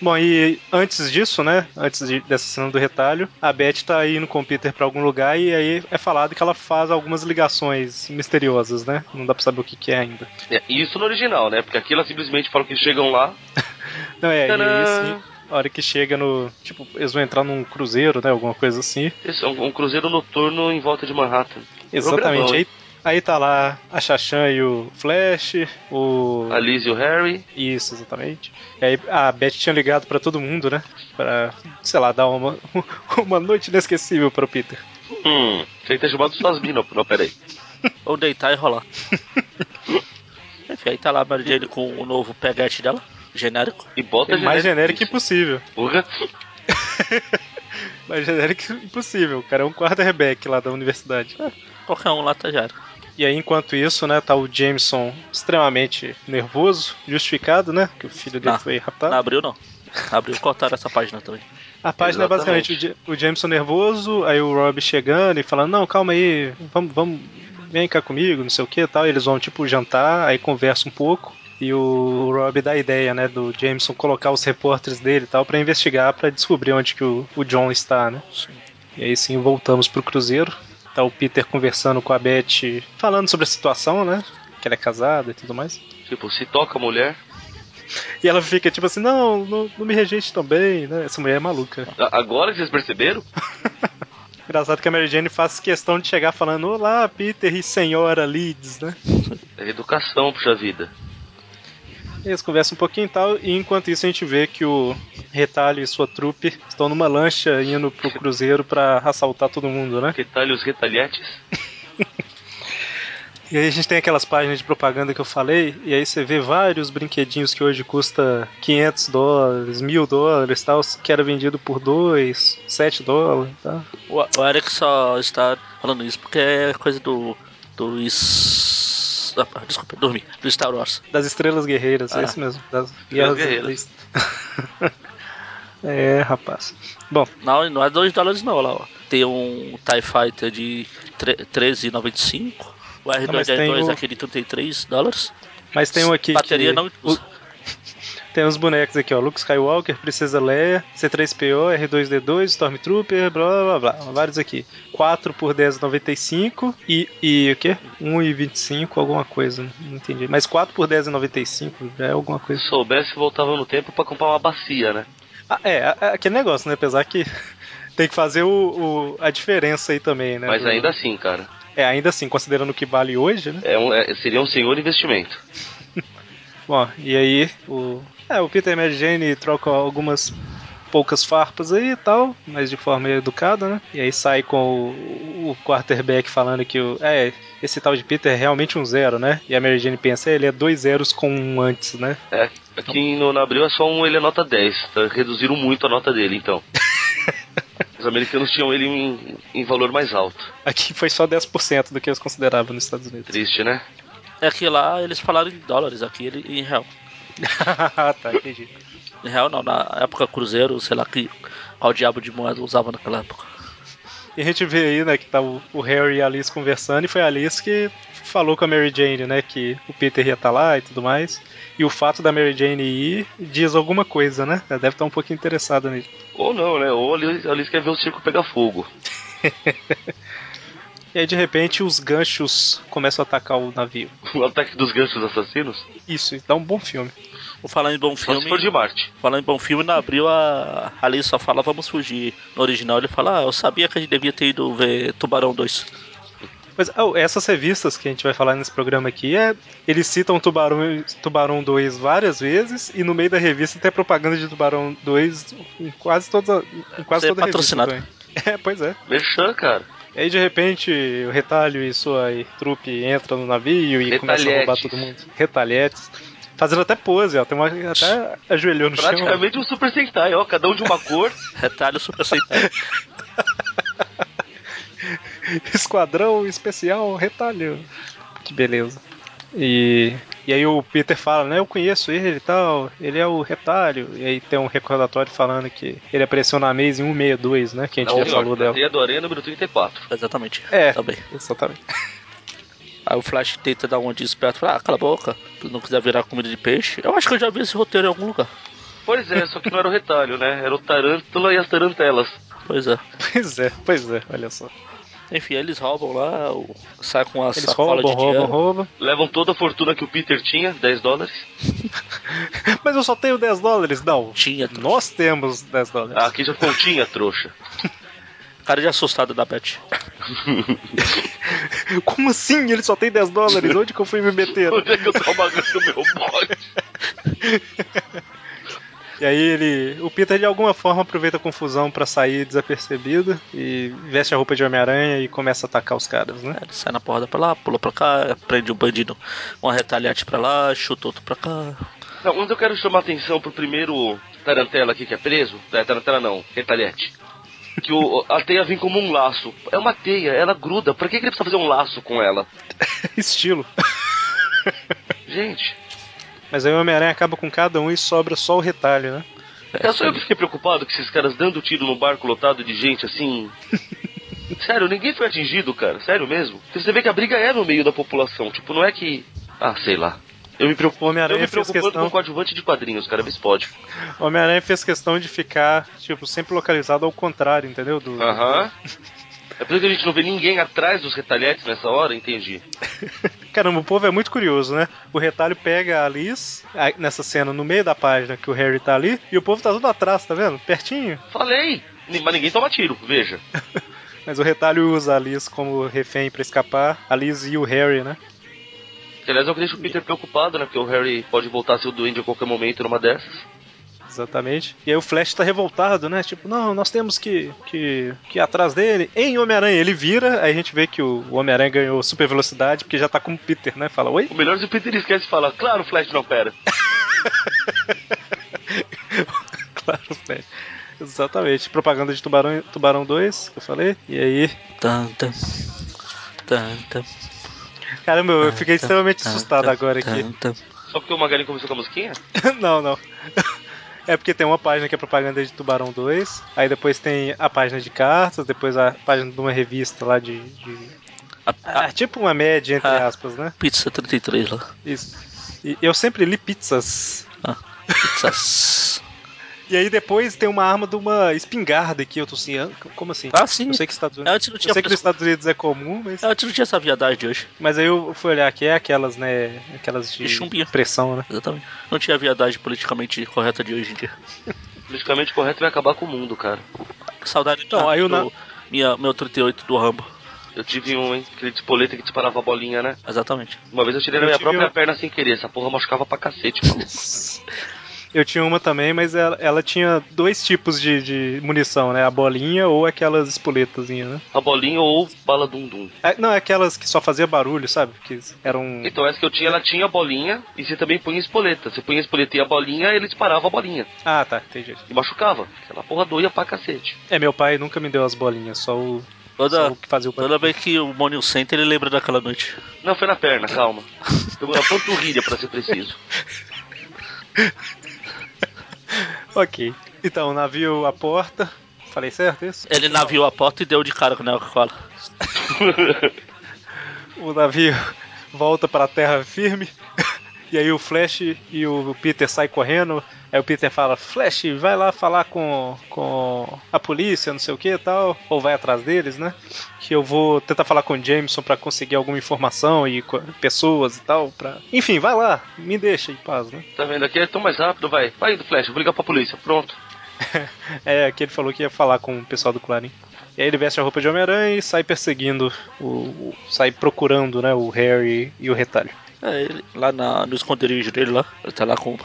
[SPEAKER 1] Bom, e antes disso, né? Antes de- dessa cena do retalho, a Beth tá indo com o Peter pra algum lugar e aí é falado que ela faz algumas ligações misteriosas, né? Não dá pra saber o que, que é ainda.
[SPEAKER 3] é, isso no original, né? Porque aqui ela simplesmente fala que eles chegam lá.
[SPEAKER 1] Não, é, e
[SPEAKER 3] Tadã!
[SPEAKER 1] aí, sim, a hora que chega no. Tipo, eles vão entrar num cruzeiro, né? Alguma coisa assim.
[SPEAKER 3] Isso, é um, um cruzeiro noturno em volta de Manhattan.
[SPEAKER 1] Exatamente.
[SPEAKER 3] Programão,
[SPEAKER 1] Aí, Aí tá lá a Shashan e o Flash, o.
[SPEAKER 3] A Liz e o Harry.
[SPEAKER 1] Isso, exatamente. E aí a Beth tinha ligado pra todo mundo, né? Pra, sei lá, dar uma, uma noite inesquecível pro Peter.
[SPEAKER 3] Hum, tem que ter chamado suas minas. Não, peraí.
[SPEAKER 2] Ou deitar e rolar. Enfim, aí tá lá a Mary Jane com o novo peguete dela, genérico.
[SPEAKER 3] E bota
[SPEAKER 1] É mais genérico
[SPEAKER 3] genérico isso.
[SPEAKER 1] impossível.
[SPEAKER 3] Porra.
[SPEAKER 1] mais genérico impossível. O cara é um quarto Rebeck lá da universidade.
[SPEAKER 2] Qualquer um lá tá já. era.
[SPEAKER 1] E aí, enquanto isso, né, tá o Jameson extremamente nervoso, justificado, né? Que o filho dele
[SPEAKER 2] Não.
[SPEAKER 1] foi raptado.
[SPEAKER 2] Não abriu não. Abriu, cortaram essa página também.
[SPEAKER 1] A página é
[SPEAKER 3] Exatamente.
[SPEAKER 1] basicamente o, Ja- o Jameson nervoso, aí o Rob chegando e falando, não, calma aí, vamos, vamos, vem cá comigo, não sei o que e tal. Eles vão, tipo, jantar, aí conversa um pouco. E o Rob dá a ideia, né, do Jameson colocar os repórteres dele e tal pra investigar, pra descobrir onde que o, o John está, né?
[SPEAKER 2] Sim.
[SPEAKER 1] E aí sim, voltamos pro Cruzeiro. Tá o Peter conversando com a Beth, falando sobre a situação, né? Que ela é casada e tudo mais.
[SPEAKER 3] Tipo, se toca a mulher.
[SPEAKER 1] E ela fica tipo assim, não, não, não me rejeite também, né? Essa mulher é maluca.
[SPEAKER 3] A- Agora que vocês perceberam?
[SPEAKER 1] Engraçado que a Mary Jane faz questão de chegar falando Olá, Peter e senhora Leeds, né?
[SPEAKER 3] É educação, puxa vida.
[SPEAKER 1] Eles conversam um pouquinho e tal, e enquanto isso a gente vê que o Retalho e sua trupe estão numa lancha indo pro cruzeiro pra assaltar todo mundo, né?
[SPEAKER 3] Retalha os retalhetes.
[SPEAKER 1] E aí a gente tem aquelas páginas de propaganda que eu falei, e aí você vê vários brinquedinhos que hoje custa 500 dólares, 1000 dólares tal, que era vendido por 2, 7 dólares tá? tal.
[SPEAKER 2] O, o Eric só está falando isso porque é coisa do. do. Is... Ah, Desculpa, dormi. Do Star Wars.
[SPEAKER 1] Das Estrelas Guerreiras, é
[SPEAKER 2] Ah.
[SPEAKER 1] isso mesmo. Das
[SPEAKER 3] Estrelas
[SPEAKER 1] Guerreiras. é, rapaz. Bom,
[SPEAKER 2] Não, não é 2 dólares não, lá, ó. Tem um TIE Fighter de tre- 13,95. O
[SPEAKER 1] Não, mas
[SPEAKER 2] R2D2
[SPEAKER 1] tem o-
[SPEAKER 2] aquele de 33 dólares.
[SPEAKER 1] Mas tem um aqui.
[SPEAKER 2] Bateria
[SPEAKER 1] que-
[SPEAKER 2] não
[SPEAKER 1] o-
[SPEAKER 2] usa.
[SPEAKER 1] Tem uns bonecos aqui, ó. Luke Skywalker, Princesa Leia, C3PO, R2D2, Stormtrooper, blá blá blá. blá. Vários aqui. 4 por 10,95 e. E o quê? 1,25, alguma coisa. Não entendi. Mas 4 por 10,95 já é alguma coisa.
[SPEAKER 3] Se soubesse, voltava no tempo pra comprar uma bacia, né?
[SPEAKER 1] Ah, é, a- a- aquele negócio, né? Apesar que. Tem que fazer o, o- a diferença aí também, né?
[SPEAKER 3] Mas
[SPEAKER 1] do-
[SPEAKER 3] ainda assim, cara.
[SPEAKER 1] É, ainda assim, considerando o que vale hoje, né?
[SPEAKER 3] É um, é- seria um senhor investimento.
[SPEAKER 1] Bom, e aí o. É, o Peter e a Mary Jane trocam algumas poucas farpas aí e tal, mas de forma educada, né? E aí sai com o, o quarterback falando que o. É, esse tal de Peter é realmente um zero, né? E a Mary Jane pensa, é, ele é dois zeros com um antes, né?
[SPEAKER 3] É, aqui no, na Abril é só um, ele é nota 10. Tá? Reduziram muito a nota dele, então. Os americanos tinham ele em, em valor mais alto.
[SPEAKER 1] Aqui foi só 10% do que eles consideravam nos Estados Unidos.
[SPEAKER 3] Triste, né?
[SPEAKER 2] É que lá eles falaram em dólares, aqui ele, em real.
[SPEAKER 1] Ah, tá, entendi.
[SPEAKER 2] Em real não, na época Cruzeiro, sei lá que qual diabo de moeda usava naquela época.
[SPEAKER 1] E a gente vê aí, né, que tá o, o Harry e a Alice conversando, e foi a Alice que falou com a Mary Jane, né, que o Peter ia estar lá e tudo mais. E o fato da Mary Jane ir diz alguma coisa, né? Ela deve estar um pouco interessada nele.
[SPEAKER 3] Ou não, né? Ou ali, ali quer ver o circo pegar fogo.
[SPEAKER 1] E aí, de repente, os ganchos começam a atacar o navio.
[SPEAKER 3] O ataque dos ganchos assassinos?
[SPEAKER 1] Isso, isso dá um bom filme.
[SPEAKER 2] Vou falar em bom
[SPEAKER 3] Só se for
[SPEAKER 2] filme.
[SPEAKER 3] de Marte.
[SPEAKER 2] Falando em bom filme, na abril a a Alice só fala vamos fugir. No original ele fala, ah, eu sabia que a gente devia ter ido ver Tubarão 2.
[SPEAKER 1] Mas oh, essas revistas que a gente vai falar nesse programa aqui, é, eles citam Tubarão, Tubarão 2 várias vezes, e no meio da revista tem a propaganda de Tubarão 2 em quase, toda em quase
[SPEAKER 2] Isso é
[SPEAKER 1] toda a revista.
[SPEAKER 2] patrocinado.
[SPEAKER 1] também. É, pois é.
[SPEAKER 3] Merchan, cara.
[SPEAKER 1] E aí de repente o retalho e sua trupe entra no navio e começa a roubar
[SPEAKER 3] Retalhetes.
[SPEAKER 1] todo mundo. Retalhetes. Fazendo até pose, ó. Tem uma até ajoelhou no chão. ó.
[SPEAKER 3] Praticamente um Super Sentai, ó. Cada um de uma cor.
[SPEAKER 2] Retalho super aceitado.
[SPEAKER 1] Esquadrão especial, retalho. Que beleza. E, e aí o Peter fala, né? Eu conheço ele e tal, ele é o retalho. E aí tem um recordatório falando que ele apareceu na mesa em 162, né? Que a gente
[SPEAKER 3] Não,
[SPEAKER 1] já falou
[SPEAKER 3] na
[SPEAKER 1] dela.
[SPEAKER 3] Teia do Aranha, número 34.
[SPEAKER 2] Exatamente.
[SPEAKER 1] É.
[SPEAKER 2] Tá bem.
[SPEAKER 1] Exatamente.
[SPEAKER 2] Aí o Flash tenta dar uma de esperto, fala, ah, cala a boca, tu não quiser virar comida de peixe. Eu acho que eu já vi esse roteiro em algum lugar.
[SPEAKER 3] Pois é, só que não era o retalho, né? Era o Tarântula e as Tarantelas.
[SPEAKER 2] Pois é.
[SPEAKER 1] Pois é, pois é, olha só.
[SPEAKER 2] Enfim, eles roubam lá, o- sai com a
[SPEAKER 1] Eles
[SPEAKER 2] sacola
[SPEAKER 1] roubam,
[SPEAKER 2] de
[SPEAKER 1] roubam,
[SPEAKER 2] dinheiro.
[SPEAKER 1] roubam.
[SPEAKER 3] Levam toda a fortuna que o Peter tinha, 10 dólares.
[SPEAKER 1] Mas eu só tenho 10 dólares? Não.
[SPEAKER 2] Tinha, tu-
[SPEAKER 1] Nós temos 10 dólares.
[SPEAKER 3] Ah, aqui já continha, trouxa.
[SPEAKER 2] cara de assustada da Beth.
[SPEAKER 1] Como assim? Ele só tem 10 dólares? Onde que eu fui me meter?
[SPEAKER 3] Onde é que eu tô pagando o meu bote?
[SPEAKER 1] E aí ele, o Peter de alguma forma aproveita a confusão pra sair desapercebido e veste a roupa de Homem-Aranha e começa a atacar os caras, né?
[SPEAKER 2] É, Ele sai na porrada pra lá, pula pra cá, prende um bandido, um retaliante pra lá, chuta outro pra cá.
[SPEAKER 3] Não, mas eu quero chamar a atenção pro primeiro tarantela aqui que é preso. É, tarantela não, retalhete. Que o, a teia vem como um laço. É uma teia, ela gruda. Pra que, que ele precisa fazer um laço com ela?
[SPEAKER 1] Estilo.
[SPEAKER 3] Gente,
[SPEAKER 1] Mas aí o Homem-Aranha acaba com cada um e sobra só o retalho, né?
[SPEAKER 3] é só eu que fiquei preocupado com esses caras dando tiro no barco lotado de gente assim. Sério, ninguém foi atingido, cara. Sério mesmo. Porque Você vê que a briga é no meio da população. Tipo, não é que. Ah, sei lá. Eu me preocupo.
[SPEAKER 1] O
[SPEAKER 3] Eu me
[SPEAKER 1] Homem-Aranha fez
[SPEAKER 3] preocupando com
[SPEAKER 1] questão,
[SPEAKER 3] coadjuvante de quadrinhos, cara, vê se pode.
[SPEAKER 1] o Homem-Aranha fez questão de ficar, tipo, sempre localizado ao contrário, entendeu? Do,
[SPEAKER 3] Aham. É por isso que a gente não vê ninguém atrás dos retalhetes nessa hora, entendi.
[SPEAKER 1] Caramba, o povo é muito curioso, né? O retalho pega a Liz a- nessa cena no meio da página que o Harry tá ali e o povo tá tudo atrás, tá vendo? Pertinho.
[SPEAKER 3] Falei! Ni- Mas ninguém toma tiro, veja.
[SPEAKER 1] Mas o retalho usa a Liz como refém pra escapar, a Liz e o Harry, né?
[SPEAKER 3] Que, aliás, é o que deixa o Peter preocupado, né? Porque o Harry pode voltar a ser o duende a qualquer momento numa dessas.
[SPEAKER 1] Exatamente. E aí o Flash tá revoltado, né? Tipo, não, nós temos que, que, que ir atrás dele. Em Homem-Aranha, ele vira, aí a gente vê que o o Homem-Aranha ganhou super velocidade, porque já tá como Peter, né? Fala, oi?
[SPEAKER 3] O melhor é se o Peter esquece e fala, claro, Flash não pera.
[SPEAKER 1] claro, Flash. Exatamente. Propaganda de Tubarão, Tubarão 2, que eu falei. E aí,
[SPEAKER 2] Tanta. Tanta.
[SPEAKER 1] caramba, eu fiquei
[SPEAKER 2] Ah,
[SPEAKER 1] extremamente
[SPEAKER 2] tá.
[SPEAKER 1] assustado agora aqui.
[SPEAKER 3] Só porque o Magali começou com a musiquinha?
[SPEAKER 1] não, não. É porque tem uma página que é propaganda de Tubarão 2, aí depois tem a página de cartas, depois a página de uma revista lá de. de-
[SPEAKER 2] A, a
[SPEAKER 1] Ah, tipo uma média, entre
[SPEAKER 2] Ah.
[SPEAKER 1] aspas, né?
[SPEAKER 2] pizza 33 lá. Ah,
[SPEAKER 1] Isso. E eu sempre li pizzas.
[SPEAKER 2] Pizzas.
[SPEAKER 1] E aí depois tem uma arma de uma espingarda aqui, eu tô assim, "Hã? como assim?
[SPEAKER 2] Ah, sim.
[SPEAKER 1] Eu sei que Estados Unidos.
[SPEAKER 2] Antes não tinha
[SPEAKER 1] Eu sei que nos
[SPEAKER 2] preço-
[SPEAKER 1] Estados Unidos é comum, mas.
[SPEAKER 2] Eu não tinha essa viadagem de hoje.
[SPEAKER 1] Mas aí eu fui olhar aqui, é aquelas, né? Aquelas de
[SPEAKER 2] De chumbinho.
[SPEAKER 1] pressão, né?
[SPEAKER 2] Exatamente. Não tinha a viadagem politicamente correta de hoje em dia.
[SPEAKER 3] Politicamente correto vai acabar com o mundo, cara.
[SPEAKER 2] Saudade
[SPEAKER 1] Então,
[SPEAKER 2] tá,
[SPEAKER 1] aí eu
[SPEAKER 2] do
[SPEAKER 1] na-
[SPEAKER 2] minha, meu 38 do Rambo.
[SPEAKER 3] Eu tive um, hein? Aquele despoleta que disparava a bolinha, né?
[SPEAKER 2] Exatamente.
[SPEAKER 3] Uma vez eu tirei
[SPEAKER 1] Eu
[SPEAKER 3] na minha
[SPEAKER 1] tive
[SPEAKER 3] própria
[SPEAKER 1] um-
[SPEAKER 3] perna sem querer. Essa porra machucava pra cacete, mano.
[SPEAKER 1] Eu tinha uma também, mas ela, ela tinha dois tipos de, de munição, né? A bolinha ou aquelas espoletazinhas, né?
[SPEAKER 3] A bolinha ou bala dum-dum.
[SPEAKER 1] Ah, Não, é aquelas que só fazia barulho, sabe? Que um- eram.
[SPEAKER 3] Então essa que eu tinha, ela tinha a bolinha e você também punha espoleta. Você punha espoleta e a bolinha, ele disparava a bolinha.
[SPEAKER 1] Ah, tá, entendi.
[SPEAKER 3] E machucava. Aquela porra doía pra cacete.
[SPEAKER 1] É, meu pai nunca me deu as bolinhas, só o, só
[SPEAKER 2] Toda,
[SPEAKER 1] o que fazia o barulho.
[SPEAKER 2] toda vez que o Monil senta, ele lembra daquela noite.
[SPEAKER 3] Não, foi na perna, calma. Pegou na panturrilha, pra ser preciso.
[SPEAKER 1] Ok. Então, o navio à porta. Falei certo é isso?
[SPEAKER 2] Ele naviou a porta e deu de cara com a Coca-Cola.
[SPEAKER 1] O navio volta para a terra firme. E aí o Flash e o Peter saem correndo. Aí o Peter fala: Flash, vai lá falar com, com a polícia, não sei o que e tal. Ou vai atrás deles, né? Que eu vou tentar falar com o Jameson para conseguir alguma informação e co- pessoas e tal. Pra... Enfim, vai lá, me deixa em paz, né?
[SPEAKER 3] Tá vendo aqui? É tão mais rápido, vai. Vai indo, Flash, vou ligar pra polícia. Pronto.
[SPEAKER 1] É, que ele falou que ia falar com o pessoal do Clarim. E aí ele veste a roupa de Homem-Aranha e sai perseguindo, o, o- sai procurando, né, o Harry e o retalho.
[SPEAKER 2] É, ele, lá na- no esconderijo dele lá. Ele tá lá com o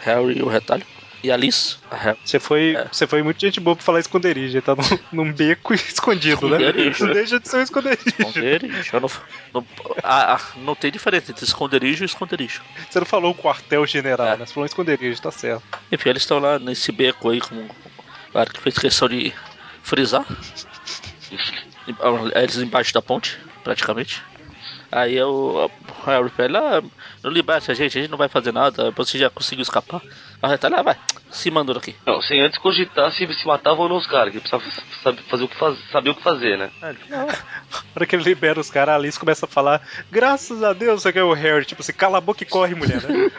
[SPEAKER 2] Harry e o retalho. E a Alice. A Harry.
[SPEAKER 1] Você foi,
[SPEAKER 2] É.
[SPEAKER 1] você foi muito gente boa pra falar esconderijo, ele tá num, num beco escondido, né?
[SPEAKER 2] Esconderijo.
[SPEAKER 1] Não deixa de ser um esconderijo.
[SPEAKER 2] Esconderijo. Eu não, não, a- a- não tem diferença entre esconderijo e esconderijo.
[SPEAKER 1] Você não falou quartel-general,
[SPEAKER 2] É.
[SPEAKER 1] né? Você falou esconderijo, tá certo.
[SPEAKER 2] Enfim, eles estão lá nesse beco aí, como o cara que fez questão de frisar. Eles embaixo da ponte, praticamente. Aí eu, o Harry fala, ah, não liberte a gente, a gente não vai fazer nada, você já conseguiu escapar. Aí tá lá, vai, se mandou aqui.
[SPEAKER 3] Não, sem antes cogitar se se matavam ou não os caras, que precisava saber, fazer o que faz- saber o que fazer, né?
[SPEAKER 2] Aí ele, "Não,
[SPEAKER 1] Na hora que ele libera os caras, a Alice começa a falar: Graças a Deus você ganhou o Harry. Tipo assim, cala a boca e corre, mulher, né?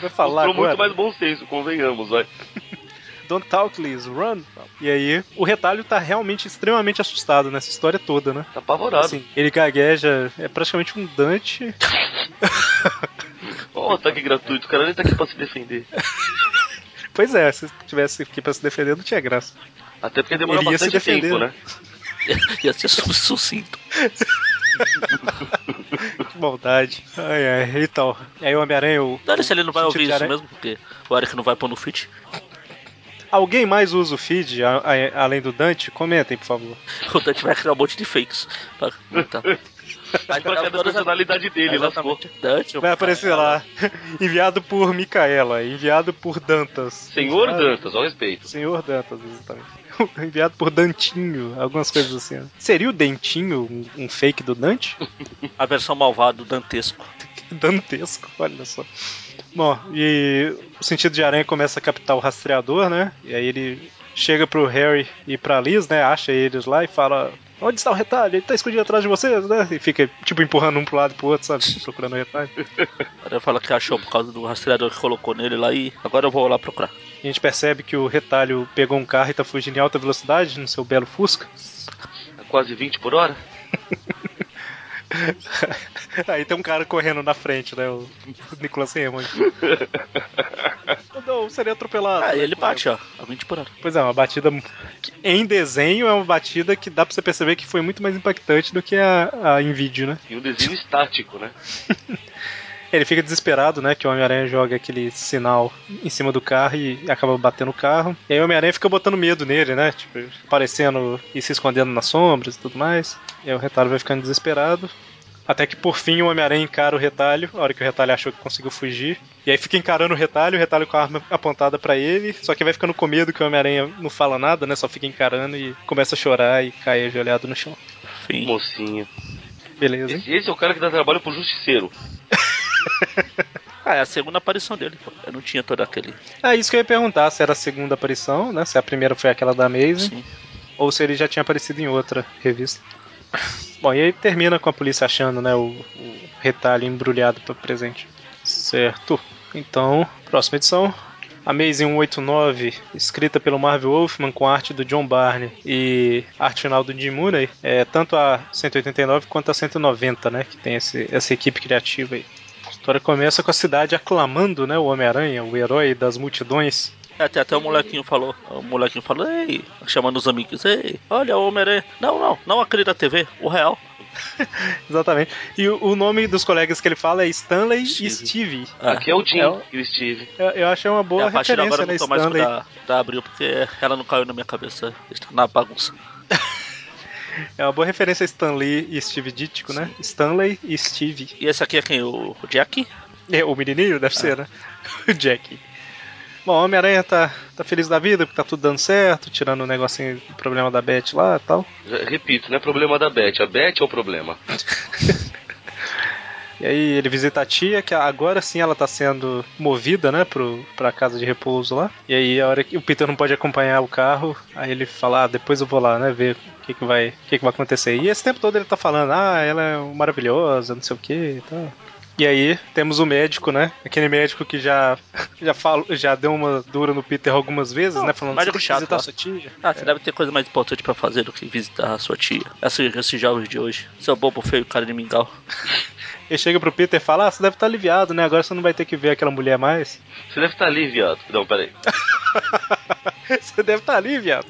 [SPEAKER 1] Vai falar
[SPEAKER 3] Mostrou
[SPEAKER 1] agora.
[SPEAKER 3] muito mais bom senso, convenhamos, vai.
[SPEAKER 1] Don't talk, Liz, run. E aí, o retalho tá realmente extremamente assustado nessa história toda, né?
[SPEAKER 3] Tá apavorado.
[SPEAKER 1] Assim, ele gagueja, é praticamente um Dante.
[SPEAKER 3] Ó, ataque gratuito, o cara nem tá aqui pra se defender.
[SPEAKER 1] Pois é, se tivesse aqui pra se defender, não tinha graça.
[SPEAKER 3] Até porque demora
[SPEAKER 1] Ele ia se
[SPEAKER 3] bastante
[SPEAKER 1] defender,
[SPEAKER 3] tempo,
[SPEAKER 1] né?
[SPEAKER 3] né?
[SPEAKER 2] Ia ser su- um sucinto.
[SPEAKER 1] Que maldade. Ai, ai, então. E aí o Homem-Aranha. o-
[SPEAKER 2] Dane-se, ele não vai
[SPEAKER 1] o
[SPEAKER 2] ouvir
[SPEAKER 1] sentido de
[SPEAKER 2] isso
[SPEAKER 1] aranha-
[SPEAKER 2] mesmo, porque o Eric não vai pôr no feed.
[SPEAKER 1] Alguém mais usa o feed, a- a- além do Dante? Comentem, por favor.
[SPEAKER 2] O Dante vai criar um monte de fakes. Pra... Tá.
[SPEAKER 3] Mas pra cada é personalidade dele, lascou.
[SPEAKER 2] Exatamente. Dante,
[SPEAKER 1] Vai aparecer lá. Enviado por Micaela, enviado por Dantas.
[SPEAKER 3] Senhor
[SPEAKER 1] Ah,
[SPEAKER 3] Dantas, ao respeito.
[SPEAKER 1] Senhor Dantas, exatamente. Enviado por Dantinho, algumas coisas assim. né? Seria o Dentinho um, um fake do Dante?
[SPEAKER 2] é A versão malvada do Dantesco.
[SPEAKER 1] Dantesco, olha só. Bom, e o sentido de aranha começa a captar o rastreador, né? E aí ele chega pro Harry e pra Liz, né? Acha eles lá e fala: Onde está o retalho? Ele tá escondido atrás de vocês, né? E fica, tipo, empurrando um pro lado e pro outro, sabe? Procurando o retalho.
[SPEAKER 2] Ela fala que achou por causa do rastreador que colocou nele lá e agora eu vou lá procurar.
[SPEAKER 1] E a gente percebe que o retalho pegou um carro e tá fugindo em alta velocidade no seu belo Fusca.
[SPEAKER 3] Tá Quase 20 por hora?
[SPEAKER 1] Aí tem um cara correndo na frente, né? O Nicolas Raymond. Não, seria atropelado.
[SPEAKER 2] Ah,
[SPEAKER 1] né?
[SPEAKER 2] e ele bate, ó, a 20 por hora.
[SPEAKER 1] Pois é, uma batida que, em desenho é uma batida que dá pra você perceber que foi muito mais impactante do que a, a em vídeo, né?
[SPEAKER 3] E um desenho estático, né?
[SPEAKER 1] Ele fica desesperado, né? Que o Homem-Aranha joga aquele sinal em cima do carro e acaba batendo o carro. E aí o Homem-Aranha fica botando medo nele, né? Tipo, aparecendo e se escondendo nas sombras e tudo mais. E aí o retalho vai ficando desesperado. Até que por fim o Homem-Aranha encara o retalho, a hora que o retalho achou que conseguiu fugir. E aí fica encarando o retalho, o retalho com a arma apontada pra ele. Só que vai ficando com medo que o Homem-Aranha não fala nada, né? Só fica encarando e começa a chorar e cai ajoelhado no chão.
[SPEAKER 2] Fim.
[SPEAKER 3] Mocinho.
[SPEAKER 1] Beleza, hein?
[SPEAKER 3] Esse, esse é o cara que dá trabalho pro justiceiro.
[SPEAKER 2] Ah, é a segunda aparição dele, pô. Eu não tinha todo aquele.
[SPEAKER 1] É isso que eu ia perguntar, se era a segunda aparição, né? Se a primeira foi aquela da Amazing.
[SPEAKER 2] Sim.
[SPEAKER 1] ou se ele já tinha aparecido em outra revista. Bom, e aí termina com a polícia achando, né, o, o retalho embrulhado para presente. Certo. Então, próxima edição. Amazing 189, escrita pelo Marvel Wolfman com arte do John Barney e arte final do Jim Mooney, é tanto a 189 quanto a 190, né, que tem esse, essa equipe criativa aí. A história começa com a cidade aclamando, né, o Homem-Aranha, o herói das multidões.
[SPEAKER 2] Até, até o molequinho falou. O molequinho falou, ei, chamando os amigos, ei, olha o Homem-Aranha. Não, não, não aquele da TV, o real.
[SPEAKER 1] Exatamente. E o, o nome dos colegas que ele fala é Stanley e
[SPEAKER 2] Steve.
[SPEAKER 1] Steve.
[SPEAKER 2] Ah,
[SPEAKER 3] Aqui é o Jim
[SPEAKER 1] É o-
[SPEAKER 3] e o Steve.
[SPEAKER 1] Eu, eu achei uma
[SPEAKER 2] e
[SPEAKER 1] boa
[SPEAKER 2] É, a partir de agora
[SPEAKER 1] referência,
[SPEAKER 2] eu
[SPEAKER 1] né,
[SPEAKER 2] não tô mais com
[SPEAKER 1] Stanley?
[SPEAKER 2] da, da Abril, porque ela não caiu na minha cabeça. Está na bagunça.
[SPEAKER 1] É uma boa referência a Stanley e Steve Ditko, né? Stanley e Steve.
[SPEAKER 2] E esse aqui é quem? O o Jack?
[SPEAKER 1] É, o menininho deve ser, né? O Jack. Bom, o Homem-Aranha tá, tá feliz da vida, porque tá tudo dando certo, tirando o negocinho, o problema da Beth lá e tal.
[SPEAKER 3] Já- Repito, não é problema da Beth. A Beth é o problema.
[SPEAKER 1] E aí ele visita a tia, que agora sim ela tá sendo movida, né, pro, pra casa de repouso lá. E aí a hora que o Peter não pode acompanhar o carro, aí ele fala, ah, depois eu vou lá, né, ver o que que vai, o que que vai acontecer. E esse tempo todo ele tá falando, ah, ela é maravilhosa, não sei o que e tal. E aí temos o médico, né? Aquele médico que já já falou, já deu uma dura no Peter algumas vezes, né, falando "Você tem
[SPEAKER 2] médico
[SPEAKER 1] que
[SPEAKER 2] chato,
[SPEAKER 1] visitar
[SPEAKER 2] ó."
[SPEAKER 1] sua tia.
[SPEAKER 2] Ah, você deve ter coisa mais importante pra fazer do que visitar a sua tia. Esses, esses jovens de hoje. Seu bobo feio, cara de mingau.
[SPEAKER 1] Ele chega pro Peter e fala: "Ah, você deve estar aliviado, né? Agora você não vai ter que ver aquela mulher mais."
[SPEAKER 3] Você deve estar ali, viado. Não, peraí.
[SPEAKER 1] Você deve estar ali, viado.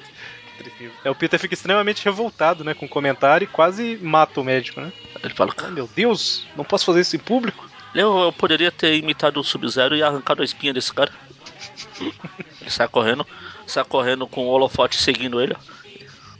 [SPEAKER 1] Que tristeza. É, o Peter fica extremamente revoltado, né, com o comentário e quase mata o médico, né?
[SPEAKER 2] Ele fala,
[SPEAKER 1] Ah, meu Deus, não posso fazer isso em público?
[SPEAKER 2] eu, eu poderia ter imitado o Sub-Zero e arrancado a espinha desse cara. ele sai correndo. Sai correndo com o holofote seguindo ele. ó.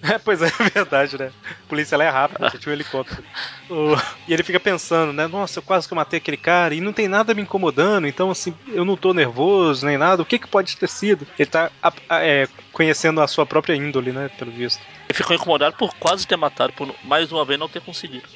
[SPEAKER 1] É, pois é, é verdade, né? A polícia ela é rápida, você tinha um helicóptero. O- E ele fica pensando, né? Nossa, eu quase que eu matei aquele cara e não tem nada me incomodando, então assim, eu não tô nervoso nem nada, o que que pode ter sido? Ele tá a- a- é, conhecendo a sua própria índole, né? Pelo visto.
[SPEAKER 2] Ele ficou incomodado por quase ter matado, por mais uma vez não ter conseguido.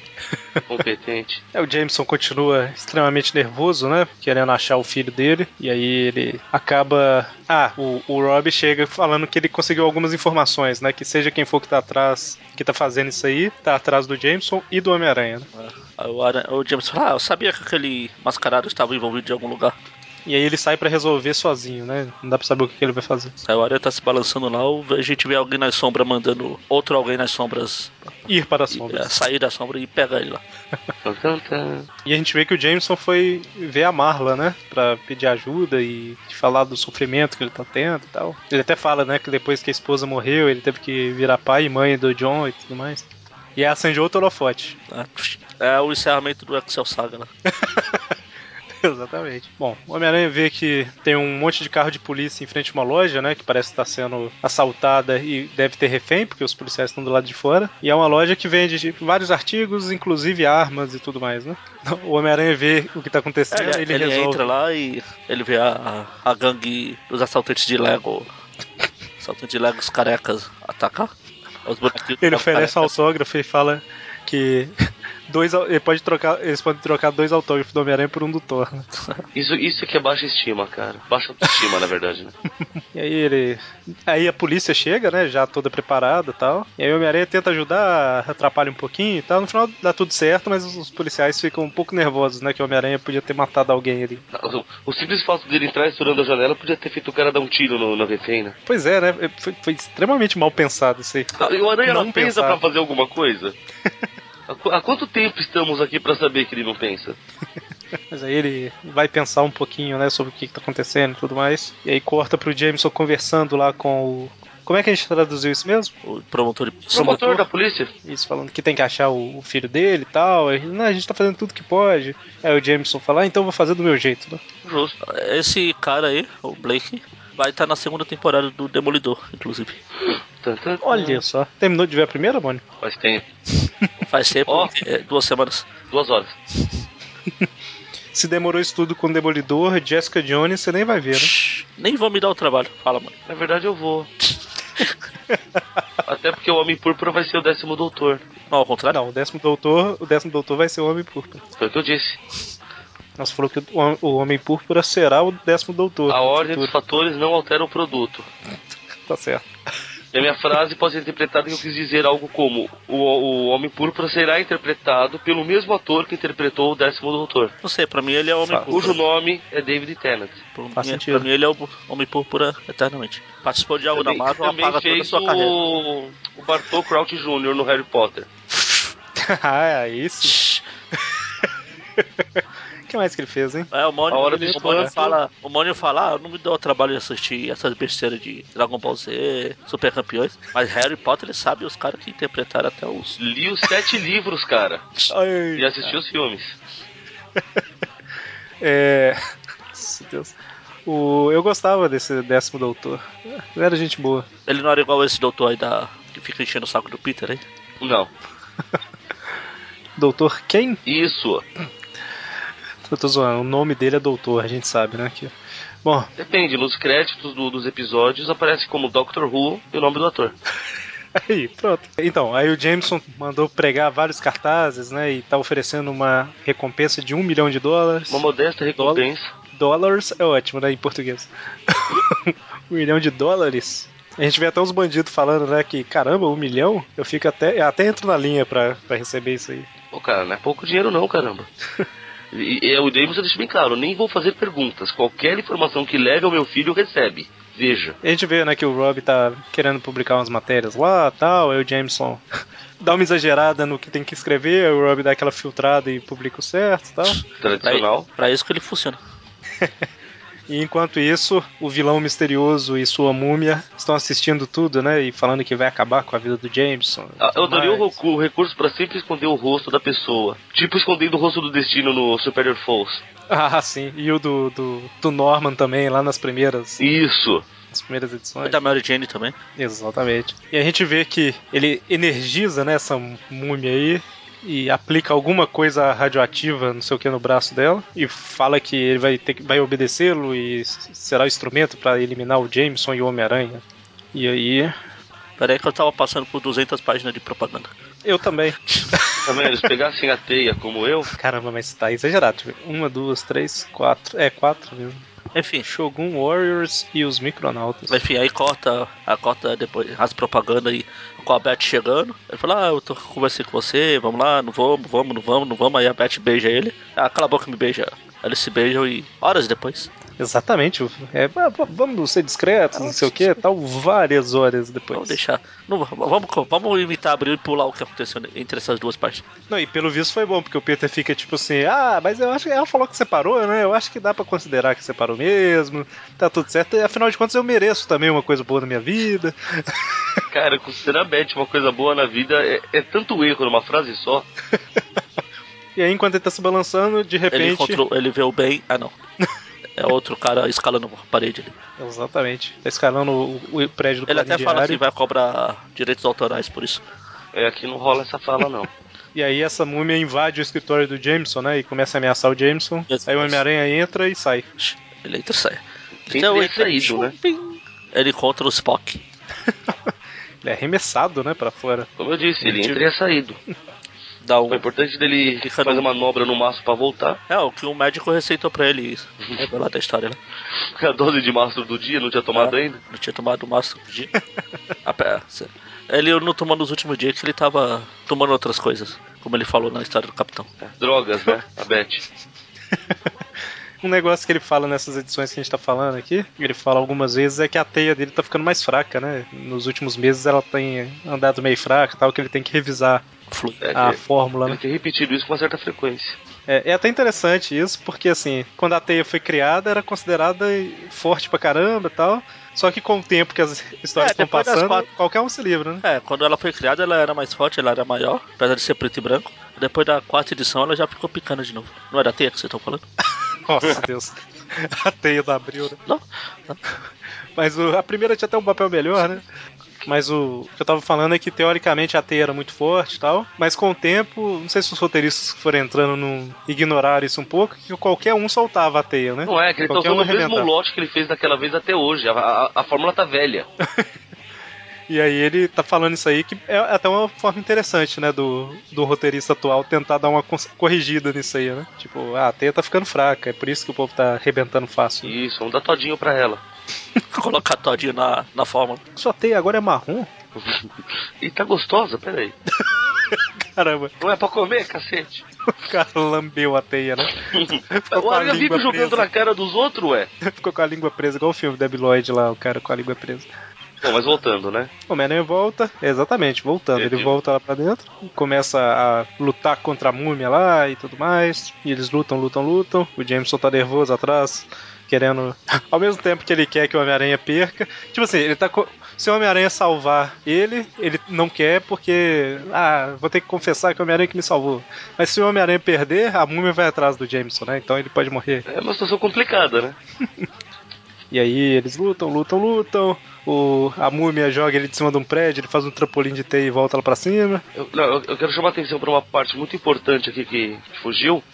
[SPEAKER 3] Competente.
[SPEAKER 1] É, o Jameson continua extremamente nervoso, né? Querendo achar o filho dele. E aí ele acaba. Ah, o, o Rob chega falando que ele conseguiu algumas informações, né? Que seja quem for que tá atrás, que tá fazendo isso aí, tá atrás do Jameson e do
[SPEAKER 2] É.
[SPEAKER 1] Homem-Aranha. né?
[SPEAKER 2] Aí o, Aran- o James fala, ah, eu sabia que aquele mascarado estava envolvido de algum lugar.
[SPEAKER 1] E aí ele sai pra resolver sozinho, né? Não dá pra saber o que que ele vai fazer.
[SPEAKER 2] Aí o Aranha tá se balançando lá, o- a gente vê alguém nas sombras mandando outro alguém nas sombras
[SPEAKER 1] Ir para as
[SPEAKER 2] e-
[SPEAKER 1] sombras.
[SPEAKER 2] é, sair da sombra e pegar ele lá.
[SPEAKER 3] Tan, tan, tan.
[SPEAKER 1] E a gente vê que o Jameson foi ver a Marla, né? Pra pedir ajuda e falar do sofrimento que ele tá tendo e tal. Ele até fala, né? Que depois que a esposa morreu, ele teve que virar pai e mãe do John e tudo mais. E aí acende outro holofote.
[SPEAKER 2] né? É o encerramento do Excel Saga né? lá.
[SPEAKER 1] Exatamente. Bom, o Homem-Aranha vê que tem um monte de carro de polícia em frente a uma loja, né? Que parece estar sendo assaltada e deve ter refém, porque os policiais estão do lado de fora. E é uma loja que vende tipo, vários artigos, inclusive armas e tudo mais, né? Então, O Homem-Aranha vê o que tá acontecendo,
[SPEAKER 2] Ele,
[SPEAKER 1] ele,
[SPEAKER 2] É, ele
[SPEAKER 1] resolve.
[SPEAKER 2] entra lá e ele vê a, a, a gangue dos assaltantes de Lego. Assaltantes de Lego os carecas atacar. Os bonequinhos
[SPEAKER 1] Ele
[SPEAKER 2] dos
[SPEAKER 1] oferece um
[SPEAKER 2] carecas.
[SPEAKER 1] autógrafo e fala que dois, au- ele pode trocar, eles podem trocar dois autógrafos do Homem-Aranha por um do Thor. né?
[SPEAKER 3] Isso, isso que é baixa estima, cara. Baixa autoestima, na verdade, né?
[SPEAKER 1] E aí ele. Aí a polícia chega, né? Já toda preparada e tal. E aí o Homem-Aranha tenta ajudar, atrapalha um pouquinho e tal. No final dá tudo certo, mas os- os policiais ficam um pouco nervosos, né? Que o Homem-Aranha podia ter matado alguém ali.
[SPEAKER 3] O, o simples fato dele entrar estourando a janela podia ter feito o cara dar um tiro no, no refém, né?
[SPEAKER 1] Pois é, né? Foi, foi extremamente mal pensado isso aí.
[SPEAKER 3] E o Aranha não,
[SPEAKER 1] Não
[SPEAKER 3] pensa
[SPEAKER 1] pensar.
[SPEAKER 3] pra fazer alguma coisa? Há qu- Há quanto tempo estamos aqui pra saber que ele não pensa?
[SPEAKER 1] Mas aí ele vai pensar um pouquinho, né, sobre o que, que tá acontecendo e tudo mais. E aí corta pro Jameson conversando lá com o. Como é que a gente traduziu isso mesmo?
[SPEAKER 2] O promotor de
[SPEAKER 3] Promotor da polícia?
[SPEAKER 1] Isso, falando que tem que achar o, o filho dele e tal. Ele, não, a gente tá fazendo tudo que pode. Aí o Jameson fala, ah, então eu vou fazer do meu jeito. Né?
[SPEAKER 3] Justo.
[SPEAKER 2] Esse cara aí, o Blake, vai estar na segunda temporada do Demolidor, inclusive.
[SPEAKER 3] Tan, tan, tan.
[SPEAKER 1] Olha só. Terminou de ver a primeira, Mônio?
[SPEAKER 3] Faz tempo.
[SPEAKER 2] Faz tempo,
[SPEAKER 3] Ó.
[SPEAKER 2] é, duas semanas.
[SPEAKER 3] Duas horas.
[SPEAKER 1] Se demorou isso tudo com o Demolidor, Jessica Jones, você nem vai ver, né?
[SPEAKER 2] Nem vão me dar o trabalho. Fala, mano.
[SPEAKER 3] Na verdade eu vou. Até porque o Homem Púrpura vai ser o décimo doutor.
[SPEAKER 2] Não, ao contrário.
[SPEAKER 1] Ah, Não, o décimo doutor, o décimo doutor vai ser o Homem Púrpura.
[SPEAKER 3] Foi o que eu disse.
[SPEAKER 1] Nós falou que o, Hom- o Homem Púrpura será o décimo doutor.
[SPEAKER 3] A
[SPEAKER 1] no
[SPEAKER 3] ordem dos
[SPEAKER 1] futuro.
[SPEAKER 3] fatores não altera o produto.
[SPEAKER 1] Tá certo.
[SPEAKER 3] E a minha frase pode ser interpretada que eu quis dizer algo como o, o Homem Púrpura será interpretado pelo mesmo ator que interpretou o décimo doutor.
[SPEAKER 2] Não sei, pra mim ele é o Homem
[SPEAKER 1] Faz-
[SPEAKER 2] Púrpura.
[SPEAKER 3] Cujo nome é David Tennant.
[SPEAKER 2] Pra
[SPEAKER 1] Faz
[SPEAKER 2] mim,
[SPEAKER 1] sentido.
[SPEAKER 2] pra mim ele é o Homem Púrpura eternamente. Participou de algo
[SPEAKER 3] Também,
[SPEAKER 2] da Marvel,
[SPEAKER 3] também
[SPEAKER 2] apaga toda a
[SPEAKER 3] fez
[SPEAKER 2] sua carreira.
[SPEAKER 3] o, o Bartol Crouch Jr. no Harry Potter.
[SPEAKER 1] ah, aí sim.
[SPEAKER 2] Shhh.
[SPEAKER 1] O que mais que ele fez, hein?
[SPEAKER 2] É, o Mônio,
[SPEAKER 3] A hora né?
[SPEAKER 2] ele-
[SPEAKER 3] do
[SPEAKER 2] o Mônio
[SPEAKER 3] espanto.
[SPEAKER 2] fala, o Mônio fala, ah, não me deu o trabalho de assistir essas besteiras de Dragon Ball Z, Super Campeões, mas Harry Potter ele sabe os caras que interpretaram até os...
[SPEAKER 3] Li os sete livros, cara.
[SPEAKER 1] Ai,
[SPEAKER 3] E assisti os filmes.
[SPEAKER 1] É. Meu Deus. O... Eu gostava desse décimo doutor. Ele era gente boa.
[SPEAKER 2] Ele não era igual esse doutor aí da... que fica enchendo o saco do Peter, hein?
[SPEAKER 3] Não.
[SPEAKER 1] Doutor quem?
[SPEAKER 3] Isso.
[SPEAKER 1] Eu tô zoando. O nome dele é doutor, a gente sabe, né? Que... Bom,
[SPEAKER 3] Depende, nos créditos do- dos episódios aparece como Doctor Who e o nome do ator.
[SPEAKER 1] Aí, pronto. Então, aí o Jameson mandou pregar vários cartazes, né? E tá oferecendo uma recompensa de um milhão de dólares.
[SPEAKER 3] Uma modesta recompensa.
[SPEAKER 1] Dólares é ótimo, né? Em português. um milhão de dólares. A gente vê até uns bandidos falando, né? Que caramba, um milhão? Eu fico até. Eu até entro na linha pra, pra receber isso aí.
[SPEAKER 3] Pô, cara, não é pouco dinheiro não, caramba. E, e o Davis deixa bem claro, nem vou fazer perguntas. Qualquer informação que leve ao meu filho, recebe. Veja.
[SPEAKER 1] A gente vê, né, que o Rob tá querendo publicar umas matérias lá tal, aí o Jameson dá uma exagerada no que tem que escrever, aí o Rob dá aquela filtrada e publica o certo e tal.
[SPEAKER 2] Pra,
[SPEAKER 3] Tradicional.
[SPEAKER 2] pra isso que ele funciona.
[SPEAKER 1] E enquanto isso, o vilão misterioso e sua múmia estão assistindo tudo, né? E falando que vai acabar com a vida do Jameson.
[SPEAKER 3] Ah, eu daria o,
[SPEAKER 1] Mas-
[SPEAKER 3] recu- o recurso pra sempre esconder o rosto da pessoa. Tipo escondendo o rosto do destino no Superior Falls.
[SPEAKER 1] Ah, sim. E o do, do, do Norman também, lá nas primeiras,
[SPEAKER 3] Isso.
[SPEAKER 1] nas primeiras
[SPEAKER 2] E
[SPEAKER 1] edições.
[SPEAKER 2] da Mary Jane também.
[SPEAKER 1] Exatamente. E a gente vê que ele energiza né, essa múmia aí e aplica alguma coisa radioativa, não sei o que, no braço dela e fala que ele vai ter que vai obedecê-lo e s- será o instrumento para eliminar o Jameson e o Homem-Aranha. E aí,
[SPEAKER 2] Pera aí que eu tava passando por 200 páginas de propaganda.
[SPEAKER 1] eu também.
[SPEAKER 3] Tá vendo? Eles pegassem a teia como eu.
[SPEAKER 1] Caramba, mas tá exagerado. deixa eu ver. Uma, duas, três, quatro. É, quatro mesmo.
[SPEAKER 2] Enfim,
[SPEAKER 1] Shogun Warriors e os Micronautas.
[SPEAKER 2] Enfim, aí corta, a corta depois as propagandas aí com a Beth chegando. Ele fala, ah, eu tô conversando com você, vamos lá, não vamos, vamos, não vamos, não vamos. Aí a Beth beija ele. Ah, cala a boca me beija. Aí Eles se beijam e horas depois.
[SPEAKER 1] Exatamente. É, ah, v- vamos ser discretos, não sei o que, tal, várias horas depois.
[SPEAKER 2] Vamos deixar. Não, vamos, vamos imitar abril e pular o que aconteceu entre essas duas partes.
[SPEAKER 1] Não, e pelo visto foi bom, porque o Peter fica tipo assim, ah, mas eu acho que ela falou que separou, né? Eu acho que dá pra considerar que separou mesmo, tá tudo certo, e afinal de contas eu mereço também uma coisa boa na minha vida.
[SPEAKER 3] Cara, considerar Beth uma coisa boa na vida é, é tanto erro numa frase só.
[SPEAKER 1] E aí, enquanto ele tá se balançando, de repente.
[SPEAKER 2] Ele encontrou, ele vê o bem. Ah não. É outro cara escalando a parede ali.
[SPEAKER 1] Exatamente. Tá escalando o, o prédio do
[SPEAKER 2] Ele até
[SPEAKER 1] Clarim
[SPEAKER 2] fala
[SPEAKER 1] Diário.
[SPEAKER 2] que vai cobrar direitos autorais por isso.
[SPEAKER 3] É, aqui não rola essa fala, não.
[SPEAKER 1] E aí essa múmia invade o escritório do Jameson, né? E começa a ameaçar o Jameson.
[SPEAKER 2] Yes,
[SPEAKER 1] aí o
[SPEAKER 2] yes.
[SPEAKER 1] Homem-Aranha entra e sai.
[SPEAKER 2] Ele entra e sai.
[SPEAKER 3] Quem teria
[SPEAKER 2] então,
[SPEAKER 3] saído, né?
[SPEAKER 2] Pim. Ele encontra o Spock.
[SPEAKER 1] Ele é arremessado, né, pra fora.
[SPEAKER 3] Como eu disse, ele entra e é saído.
[SPEAKER 2] Dá
[SPEAKER 3] O
[SPEAKER 2] um.
[SPEAKER 3] importante dele
[SPEAKER 2] Fica
[SPEAKER 3] fazer
[SPEAKER 2] no-
[SPEAKER 3] manobra no mastro pra voltar.
[SPEAKER 2] É, o que o médico receitou pra ele. Revelar da história, né?
[SPEAKER 3] A dose de mastro do dia, não tinha
[SPEAKER 1] É.
[SPEAKER 3] tomado ainda.
[SPEAKER 2] Não tinha tomado o máximo de dia. A pé- assim. Ele não tomou nos últimos dias que ele tava tomando outras coisas. Como ele falou na história do Capitão.
[SPEAKER 1] É.
[SPEAKER 3] Drogas, né? A Beth.
[SPEAKER 1] Um negócio que ele fala nessas edições que a gente tá falando aqui, ele fala algumas vezes, é que a teia dele tá ficando mais fraca, né? Nos últimos meses ela tem andado meio fraca e tal, que ele tem que revisar
[SPEAKER 2] Flui.
[SPEAKER 3] É,
[SPEAKER 1] a
[SPEAKER 3] que
[SPEAKER 1] fórmula,
[SPEAKER 3] Ele
[SPEAKER 1] né?
[SPEAKER 3] tem repetido isso com uma certa frequência.
[SPEAKER 1] É, é até interessante isso, porque assim, quando a teia foi criada, era considerada forte pra caramba e tal. Só que com o tempo que as histórias
[SPEAKER 2] É,
[SPEAKER 1] estão
[SPEAKER 2] depois das
[SPEAKER 1] passando,
[SPEAKER 2] quatro-
[SPEAKER 1] qualquer um se livra, né?
[SPEAKER 2] É, quando ela foi criada, ela era mais forte, ela era maior, apesar de ser preto e branco. Depois da quarta edição, ela já ficou picando de novo. Não era a teia que vocês estão falando?
[SPEAKER 1] Nossa, Deus. A teia da Abril, né?
[SPEAKER 2] Não?
[SPEAKER 1] Mas o- a primeira tinha até um papel melhor, né? Mas o, o que eu tava falando é que teoricamente a teia era muito forte e tal, mas com o tempo, não sei se os roteiristas que foram entrando num, ignoraram isso um pouco, que qualquer um soltava a teia, né?
[SPEAKER 3] Não é, que ele tá
[SPEAKER 1] qualquer um
[SPEAKER 3] usando o mesmo
[SPEAKER 1] arrebentava.
[SPEAKER 3] lote que ele fez daquela vez até hoje. A, a- a fórmula tá velha.
[SPEAKER 1] E aí ele tá falando isso aí, que é até uma forma interessante, né, do, do roteirista atual tentar dar uma cons- corrigida nisso aí, né? Tipo, ah, a teia tá ficando fraca, é por isso que o povo tá arrebentando fácil.
[SPEAKER 3] Isso, vamos dar todinho pra ela.
[SPEAKER 2] Colocar todinho na, na fórmula.
[SPEAKER 1] Sua teia agora é marrom?
[SPEAKER 3] E tá gostosa, peraí.
[SPEAKER 1] Caramba,
[SPEAKER 3] Não é pra comer, cacete?
[SPEAKER 1] o cara lambeu a teia, né? Ficou
[SPEAKER 3] O Aranha vive jogando
[SPEAKER 1] presa.
[SPEAKER 3] na cara dos outros, ué.
[SPEAKER 1] Ficou com a língua presa, igual o filme da Lloyd lá, o cara com a língua presa.
[SPEAKER 3] Bom, mas voltando, né?
[SPEAKER 1] O Homem-Aranha volta, exatamente, voltando. Ele
[SPEAKER 3] Entendi.
[SPEAKER 1] volta lá pra dentro, começa a lutar contra a múmia lá e tudo mais. E eles lutam, lutam, lutam. O Jameson tá nervoso atrás, querendo. Ao mesmo tempo que ele quer que o Homem-Aranha perca. Tipo assim, ele tá. co- Se o Homem-Aranha salvar ele, ele não quer porque. Ah, vou ter que confessar que o Homem-Aranha que me salvou. Mas se o Homem-Aranha perder, a múmia vai atrás do Jameson, né? Então ele pode morrer.
[SPEAKER 3] É uma situação complicada, né?
[SPEAKER 1] E aí eles lutam, lutam, lutam. O, a múmia joga ele de cima de um prédio, ele faz um trampolim de teia e volta lá pra cima.
[SPEAKER 3] Eu, não, eu- eu quero chamar a atenção para uma parte muito importante aqui que, que fugiu.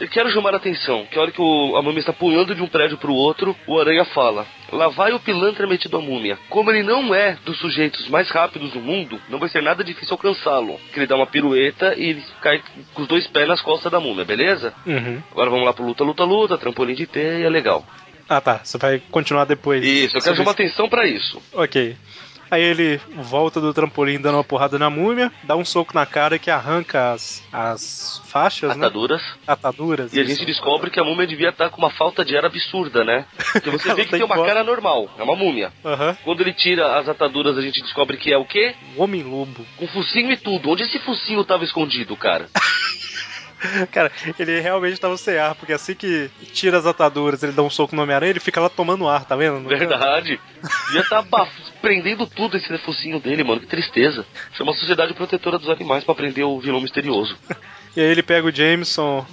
[SPEAKER 3] Eu quero chamar a atenção que a hora que o- a múmia está pulando de um prédio para o outro, o aranha fala: Lá vai o pilantra metido à múmia. Como ele não é dos sujeitos mais rápidos do mundo, não vai ser nada difícil alcançá-lo. Que ele dá uma pirueta e ele cai com os dois pés nas costas da múmia, beleza?
[SPEAKER 1] Uhum.
[SPEAKER 3] Agora vamos lá pro luta, luta, luta, trampolim de teia, legal.
[SPEAKER 1] Ah tá, você vai continuar depois.
[SPEAKER 3] Isso, eu quero chamar atenção para isso.
[SPEAKER 1] Ok. Aí ele volta do trampolim dando uma porrada na múmia, dá um soco na cara que arranca as, as faixas, né?
[SPEAKER 3] Ataduras.
[SPEAKER 1] Ataduras.
[SPEAKER 3] E a
[SPEAKER 1] isso.
[SPEAKER 3] gente descobre que a múmia devia estar com uma falta de ar absurda, né? Porque você vê
[SPEAKER 1] Ela
[SPEAKER 3] que
[SPEAKER 1] tem
[SPEAKER 3] tem uma
[SPEAKER 1] costas.
[SPEAKER 3] cara normal, é uma múmia.
[SPEAKER 1] Aham. Um
[SPEAKER 3] Quando ele tira as ataduras, a gente descobre que é o quê?
[SPEAKER 1] O Homem-Lobo.
[SPEAKER 3] Com um focinho e tudo. Onde esse focinho tava escondido, cara?
[SPEAKER 1] Cara, ele realmente tava sem ar, porque assim que tira as ataduras, ele dá um soco no Homem-Aranha, ele fica lá tomando ar, tá vendo? Não-
[SPEAKER 3] Verdade. Devia estar prendendo tudo esse focinho dele, mano. Que tristeza. Chama a Sociedade Protetora dos Animais pra prender o vilão misterioso.
[SPEAKER 1] E aí ele pega o Jameson,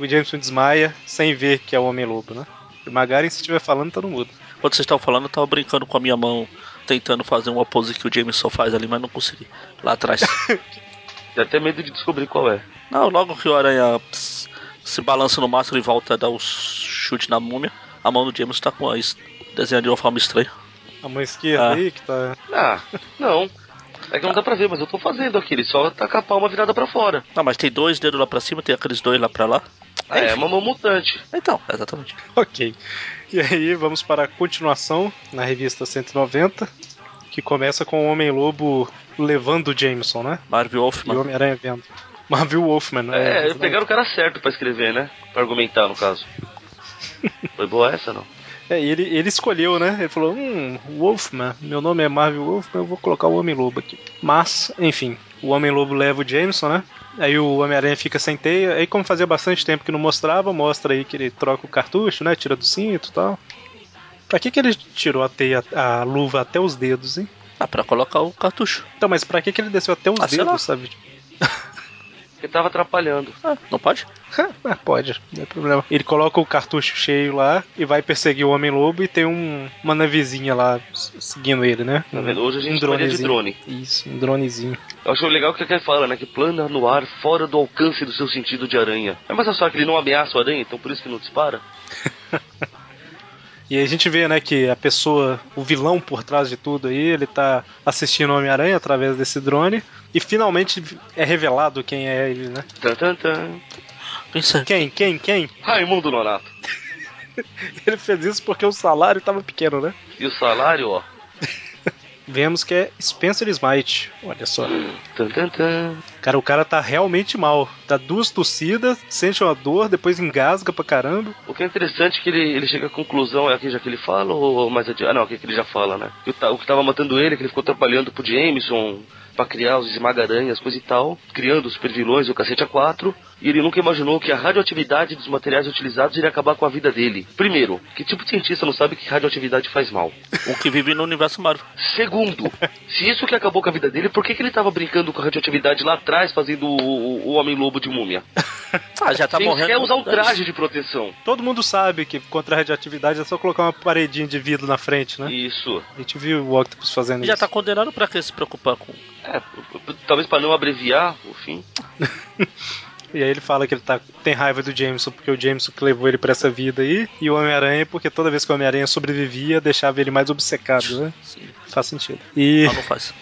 [SPEAKER 1] o Jameson desmaia sem ver que é o Homem-Lobo, né? E o Magaren, se estiver falando, tá no mudo.
[SPEAKER 2] Quando vocês estavam falando, eu tava brincando com a minha mão, tentando fazer uma pose que o Jameson faz ali, mas não consegui. Lá atrás.
[SPEAKER 3] Tem até medo de descobrir qual é.
[SPEAKER 2] não, logo que o Aranha ps, se balança no mastro e volta a dar o chute na múmia, a mão do Jameson tá com a es- desenhada de uma forma estranha.
[SPEAKER 1] A mão esquerda
[SPEAKER 2] Ah.
[SPEAKER 1] aí, que tá.
[SPEAKER 3] Ah, não. É que não dá pra ver, mas eu tô fazendo aqui. Ele só tá com a palma virada pra fora.
[SPEAKER 2] Não, mas tem dois dedos lá pra cima, tem aqueles dois lá pra lá.
[SPEAKER 3] Ah, é uma mão mutante.
[SPEAKER 2] Então, exatamente.
[SPEAKER 1] Ok. E aí vamos para a continuação na revista 190, que começa com o Homem-Lobo levando o Jameson, né?
[SPEAKER 2] Marvel
[SPEAKER 1] E
[SPEAKER 2] Wolfman.
[SPEAKER 1] o Homem-Aranha vendo. Marvel Wolfman, né?
[SPEAKER 3] É, pegaram o cara certo pra escrever, né? Pra argumentar, no caso. Foi boa essa, não?
[SPEAKER 1] É, e ele, ele escolheu, né? Ele falou: Hum, Wolfman, meu nome é Marvel Wolfman, eu vou colocar o Homem-Lobo aqui. Mas, enfim, o Homem-Lobo leva o Jameson, né? Aí o Homem-Aranha fica sem teia. Aí, como fazia bastante tempo que não mostrava, mostra aí que ele troca o cartucho, né? Tira do cinto e tal. Pra que, que ele tirou a teia, a luva até os dedos, hein?
[SPEAKER 2] Ah, pra colocar o cartucho.
[SPEAKER 1] Então, mas pra que, que ele desceu até os
[SPEAKER 2] Ah, sei lá.
[SPEAKER 1] dedos, sabe?
[SPEAKER 3] Porque tava atrapalhando.
[SPEAKER 2] Ah, não pode?
[SPEAKER 1] Ah, pode, não é problema. Ele coloca o cartucho cheio lá e vai perseguir o Homem-Lobo e tem um, uma navezinha lá s- seguindo ele, né?
[SPEAKER 3] Tá vendo? Hoje a gente faria de drone.
[SPEAKER 1] Isso, um dronezinho.
[SPEAKER 3] Eu acho legal o que ele fala, né? Que plana no ar fora do alcance do seu sentido de aranha. É, Mas é só que ele não ameaça o aranha, então por isso que não dispara.
[SPEAKER 1] E aí a gente vê, né, que a pessoa, o vilão por trás de tudo aí, ele tá assistindo o Homem-Aranha através desse drone e finalmente é revelado quem é ele, né?
[SPEAKER 3] Tan, tan, tan.
[SPEAKER 2] Pensa.
[SPEAKER 1] Quem, quem, quem?
[SPEAKER 3] Raimundo Nonato.
[SPEAKER 1] Ele fez isso porque o salário tava pequeno, né?
[SPEAKER 3] E o salário, ó.
[SPEAKER 1] Vemos que é Spencer Smite. Olha só.
[SPEAKER 3] Tan, tan, tan.
[SPEAKER 1] Cara, o cara tá realmente mal. Dá duas tossidas, sente uma dor, depois engasga pra caramba.
[SPEAKER 3] O que é interessante é que ele, ele chega à conclusão, é aqui já que ele fala ou mais adiante? Ah, não, aqui que ele já fala, né? Que o, ta- o que tava matando ele, que ele ficou trabalhando pro Jameson pra criar os esmagaranhas, coisa e tal, criando os supervilões, o cacete a quatro, e ele nunca imaginou que a radioatividade dos materiais utilizados iria acabar com a vida dele. Primeiro, que tipo de cientista não sabe que radioatividade faz mal?
[SPEAKER 2] O que vive no universo Marvel.
[SPEAKER 3] Segundo, se isso que acabou com a vida dele, por que, que ele tava brincando com a radioatividade lá atrás, fazendo o, o- o Homem-Lobo de múmia?
[SPEAKER 2] Ah, já tá
[SPEAKER 3] Sem
[SPEAKER 2] morrendo.
[SPEAKER 3] sequer usar um traje de proteção.
[SPEAKER 1] Todo mundo sabe que contra a radioatividade é só colocar uma paredinha de vidro na frente, né?
[SPEAKER 3] Isso.
[SPEAKER 1] A gente viu o Octopus fazendo
[SPEAKER 2] Já
[SPEAKER 1] isso.
[SPEAKER 2] tá condenado pra que se preocupar com.
[SPEAKER 3] É, p- p- talvez para não abreviar o fim.
[SPEAKER 1] E aí ele fala que ele tá, tem raiva do Jameson porque o Jameson que levou ele pra essa vida aí. E o Homem-Aranha porque toda vez que o Homem-Aranha sobrevivia, deixava ele mais obcecado, né?
[SPEAKER 2] Sim,
[SPEAKER 1] Faz sentido. E,
[SPEAKER 2] ah, não faz.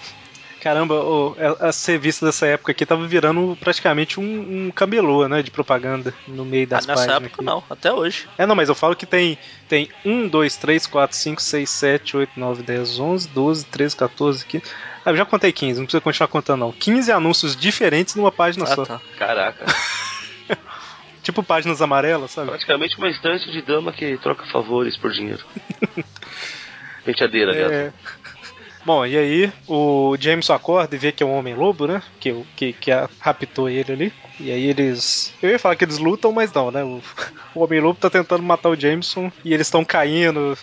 [SPEAKER 1] caramba, o- a- as revistas dessa época aqui tava virando praticamente um, um camelô, né? De propaganda no meio
[SPEAKER 2] Ah,
[SPEAKER 1] das
[SPEAKER 2] nessa
[SPEAKER 1] páginas.
[SPEAKER 2] época
[SPEAKER 1] aqui.
[SPEAKER 2] não, até hoje.
[SPEAKER 1] É, não, mas eu falo que tem, tem 1, 2, 3, 4, 5, 6, 7, 8, 9, 10, 11, 12, 13, 14, 15. Ah, eu já contei 15, não precisa continuar contando, não. 15 anúncios diferentes numa página
[SPEAKER 2] ah,
[SPEAKER 1] só.
[SPEAKER 2] tá.
[SPEAKER 3] Caraca,
[SPEAKER 1] Tipo páginas amarelas, sabe?
[SPEAKER 3] praticamente uma estante de dama que troca favores por dinheiro. Penteadeira, aliás.
[SPEAKER 1] É. Bom, e aí o Jameson acorda e vê que é um homem lobo, né? Que, o- que, que a- raptou ele ali. E aí eles. Eu ia falar que eles lutam, mas não, né? O, o homem lobo tá tentando matar o Jameson e eles estão caindo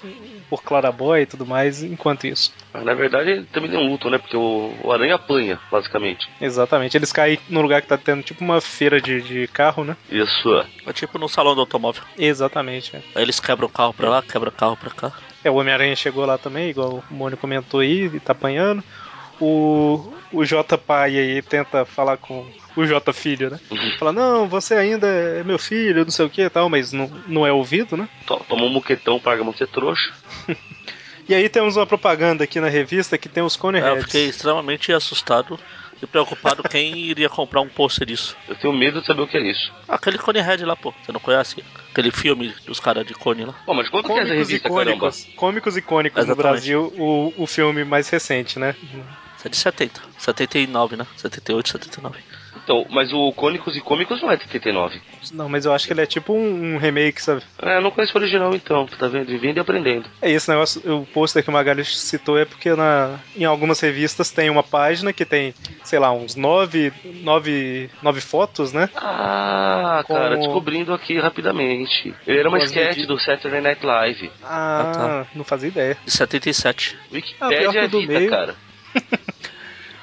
[SPEAKER 1] por Claraboy e tudo mais enquanto isso.
[SPEAKER 3] Mas na verdade ele também tem um luto, né? Porque o, o aranha apanha, basicamente.
[SPEAKER 1] Exatamente, eles caem num lugar que tá tendo tipo uma feira de, de carro, né?
[SPEAKER 3] Isso é.
[SPEAKER 2] É tipo no salão do automóvel.
[SPEAKER 1] Exatamente. é.
[SPEAKER 2] Aí eles quebram o carro pra lá, quebram o carro pra cá.
[SPEAKER 1] É, o Homem-Aranha chegou lá também, igual o Mônio comentou aí, e tá apanhando. O, o J pai aí tenta falar com o J filho, né? Fala, não, você ainda é meu filho, não sei o que e tal, mas não, não é ouvido, né?
[SPEAKER 3] To- Toma um moquetão, paga mão ser trouxa.
[SPEAKER 1] E aí temos uma propaganda aqui na revista que tem os
[SPEAKER 2] É,
[SPEAKER 1] Coneheads.
[SPEAKER 2] eu fiquei extremamente assustado e preocupado quem iria comprar um pôster disso.
[SPEAKER 3] Eu tenho medo de saber o que é isso.
[SPEAKER 2] Aquele Cone Head lá, pô. Você não conhece? Aquele filme dos caras de Cone lá.
[SPEAKER 3] Bom, mas quanto que é essa
[SPEAKER 1] Cômicos
[SPEAKER 3] revista, caramba?
[SPEAKER 1] icônicos, cômicos icônicos no
[SPEAKER 2] Exatamente.
[SPEAKER 1] Brasil, o, o filme mais recente, né?
[SPEAKER 2] Isso é de 70. 79, né? 78, 79.
[SPEAKER 3] Então, mas o Cônicos e Cômicos não é de 79.
[SPEAKER 1] Não, mas eu acho que ele é tipo um, um remake, sabe?
[SPEAKER 3] É, eu não conheço o original então, tá vendo? Vivendo e aprendendo.
[SPEAKER 1] É esse negócio, o pôster que o Magali citou é porque na, em algumas revistas tem uma página que tem, sei lá, uns nove, nove, nove fotos, né?
[SPEAKER 3] Ah,
[SPEAKER 1] Como-
[SPEAKER 3] cara, descobrindo aqui rapidamente. Ele era uma
[SPEAKER 1] Com as
[SPEAKER 3] sketch
[SPEAKER 1] medidas.
[SPEAKER 3] do Saturday Night Live.
[SPEAKER 1] Ah,
[SPEAKER 2] Ah,
[SPEAKER 1] não fazia ideia.
[SPEAKER 2] De 77.
[SPEAKER 1] Ah, pior que
[SPEAKER 3] Wikipédia é
[SPEAKER 1] o do
[SPEAKER 3] vida,
[SPEAKER 1] meio.
[SPEAKER 3] cara.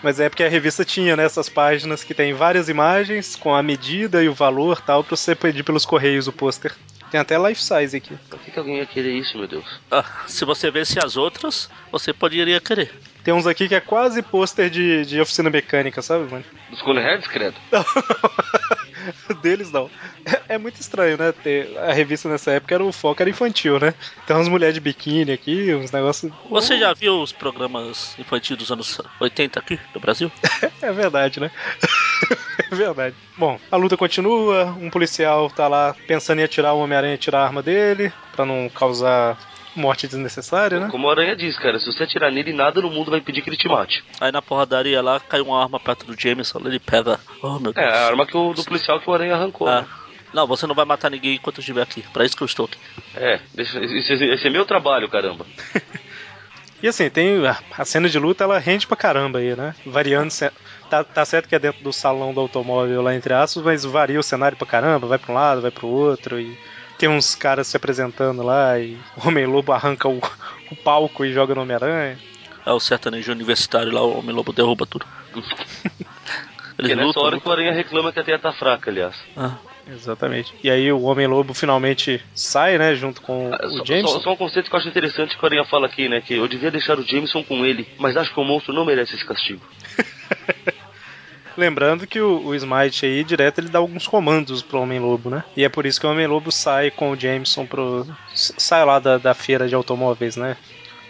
[SPEAKER 1] Mas é porque a revista tinha, né, essas páginas que tem várias imagens com a medida e o valor tal, pra você pedir pelos correios o pôster. Tem até life size aqui.
[SPEAKER 3] Pra que, que alguém ia querer isso, meu Deus?
[SPEAKER 2] Ah, se você visse as outras, você poderia querer.
[SPEAKER 1] Tem uns aqui que é quase pôster de, de oficina mecânica, sabe, mano?
[SPEAKER 3] Dos Coneheads, credo?
[SPEAKER 1] Deles não. É, é muito estranho, né? Ter a revista nessa época era o foco era infantil, né? Tem umas mulheres de biquíni aqui, uns negócios.
[SPEAKER 2] Você já viu os programas infantis dos anos 80 aqui no Brasil?
[SPEAKER 1] É verdade, né? é verdade. Bom, a luta continua, um policial tá lá pensando em atirar o Homem-Aranha, tirar a arma dele, pra não causar morte desnecessária, né?
[SPEAKER 3] Como a aranha diz, cara, se você atirar nele, nada no mundo vai impedir que ele te mate.
[SPEAKER 2] Aí na porradaria lá cai uma arma perto do Jameson, ele pega. Oh meu
[SPEAKER 3] É
[SPEAKER 2] Deus.
[SPEAKER 3] a arma que o, do policial que o aranha arrancou.
[SPEAKER 2] Ah,
[SPEAKER 3] né?
[SPEAKER 2] Não, você não vai matar ninguém enquanto eu estiver aqui. Pra isso que eu estou aqui.
[SPEAKER 3] É, deixa- esse, esse é meu trabalho, caramba.
[SPEAKER 1] E assim, tem a- a cena de luta, ela rende pra caramba aí, né? Variando. ce- Tá, tá certo que é dentro do salão do automóvel lá entre aspas, mas varia o cenário pra caramba, vai pra um lado, vai pro outro, e tem uns caras se apresentando lá, e o Homem-Lobo arranca o, o palco e joga no Homem-Aranha.
[SPEAKER 2] É o sertanejo universitário lá, o Homem-Lobo derruba tudo.
[SPEAKER 3] Porque
[SPEAKER 2] Eles
[SPEAKER 3] nessa
[SPEAKER 2] lutam.
[SPEAKER 1] né?
[SPEAKER 3] hora que
[SPEAKER 2] lutam.
[SPEAKER 3] o Aranha reclama que a teia tá fraca, aliás.
[SPEAKER 2] Ah,
[SPEAKER 1] Exatamente. E aí o Homem-Lobo finalmente sai, né? Junto com
[SPEAKER 3] Ah, só,
[SPEAKER 1] o James.
[SPEAKER 3] só- só um conceito que eu acho interessante que o Aranha fala aqui, né? Que eu devia deixar o Jameson com ele, mas acho que o monstro não merece esse castigo.
[SPEAKER 1] Lembrando que o, o Smite aí, direto, ele dá alguns comandos pro Homem-Lobo, né? E é por isso que o Homem-Lobo sai com o Jameson pro. s- sai lá da, da feira de automóveis, né?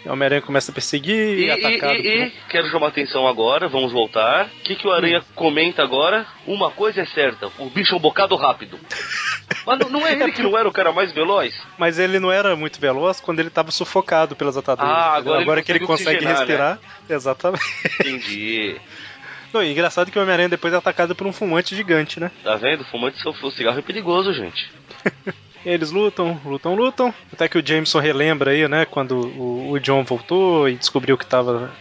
[SPEAKER 1] E o Homem-Aranha começa a perseguir
[SPEAKER 3] E,
[SPEAKER 1] e,
[SPEAKER 3] e,
[SPEAKER 1] é atacado.
[SPEAKER 3] e- e quero chamar atenção agora, vamos voltar. O que, que o Aranha comenta agora? Uma coisa é certa, o bicho é um bocado rápido. Mas não, não é ele que não era o cara mais veloz?
[SPEAKER 1] por- Mas ele não era muito veloz quando ele tava sufocado pelas ataduras.
[SPEAKER 3] Ah,
[SPEAKER 1] entendeu?
[SPEAKER 3] agora ele
[SPEAKER 1] que ele
[SPEAKER 3] consegue
[SPEAKER 1] consegue
[SPEAKER 3] oxigenar, né?
[SPEAKER 1] respirar. Exatamente.
[SPEAKER 3] Entendi.
[SPEAKER 1] Não, e engraçado que o Homem-Aranha depois é atacado por um fumante gigante, né?
[SPEAKER 3] Tá vendo? Fumante de seu cigarro é perigoso, gente.
[SPEAKER 1] Eles lutam, lutam, lutam. Até que o Jameson relembra aí, né? Quando o, o John voltou e descobriu que tava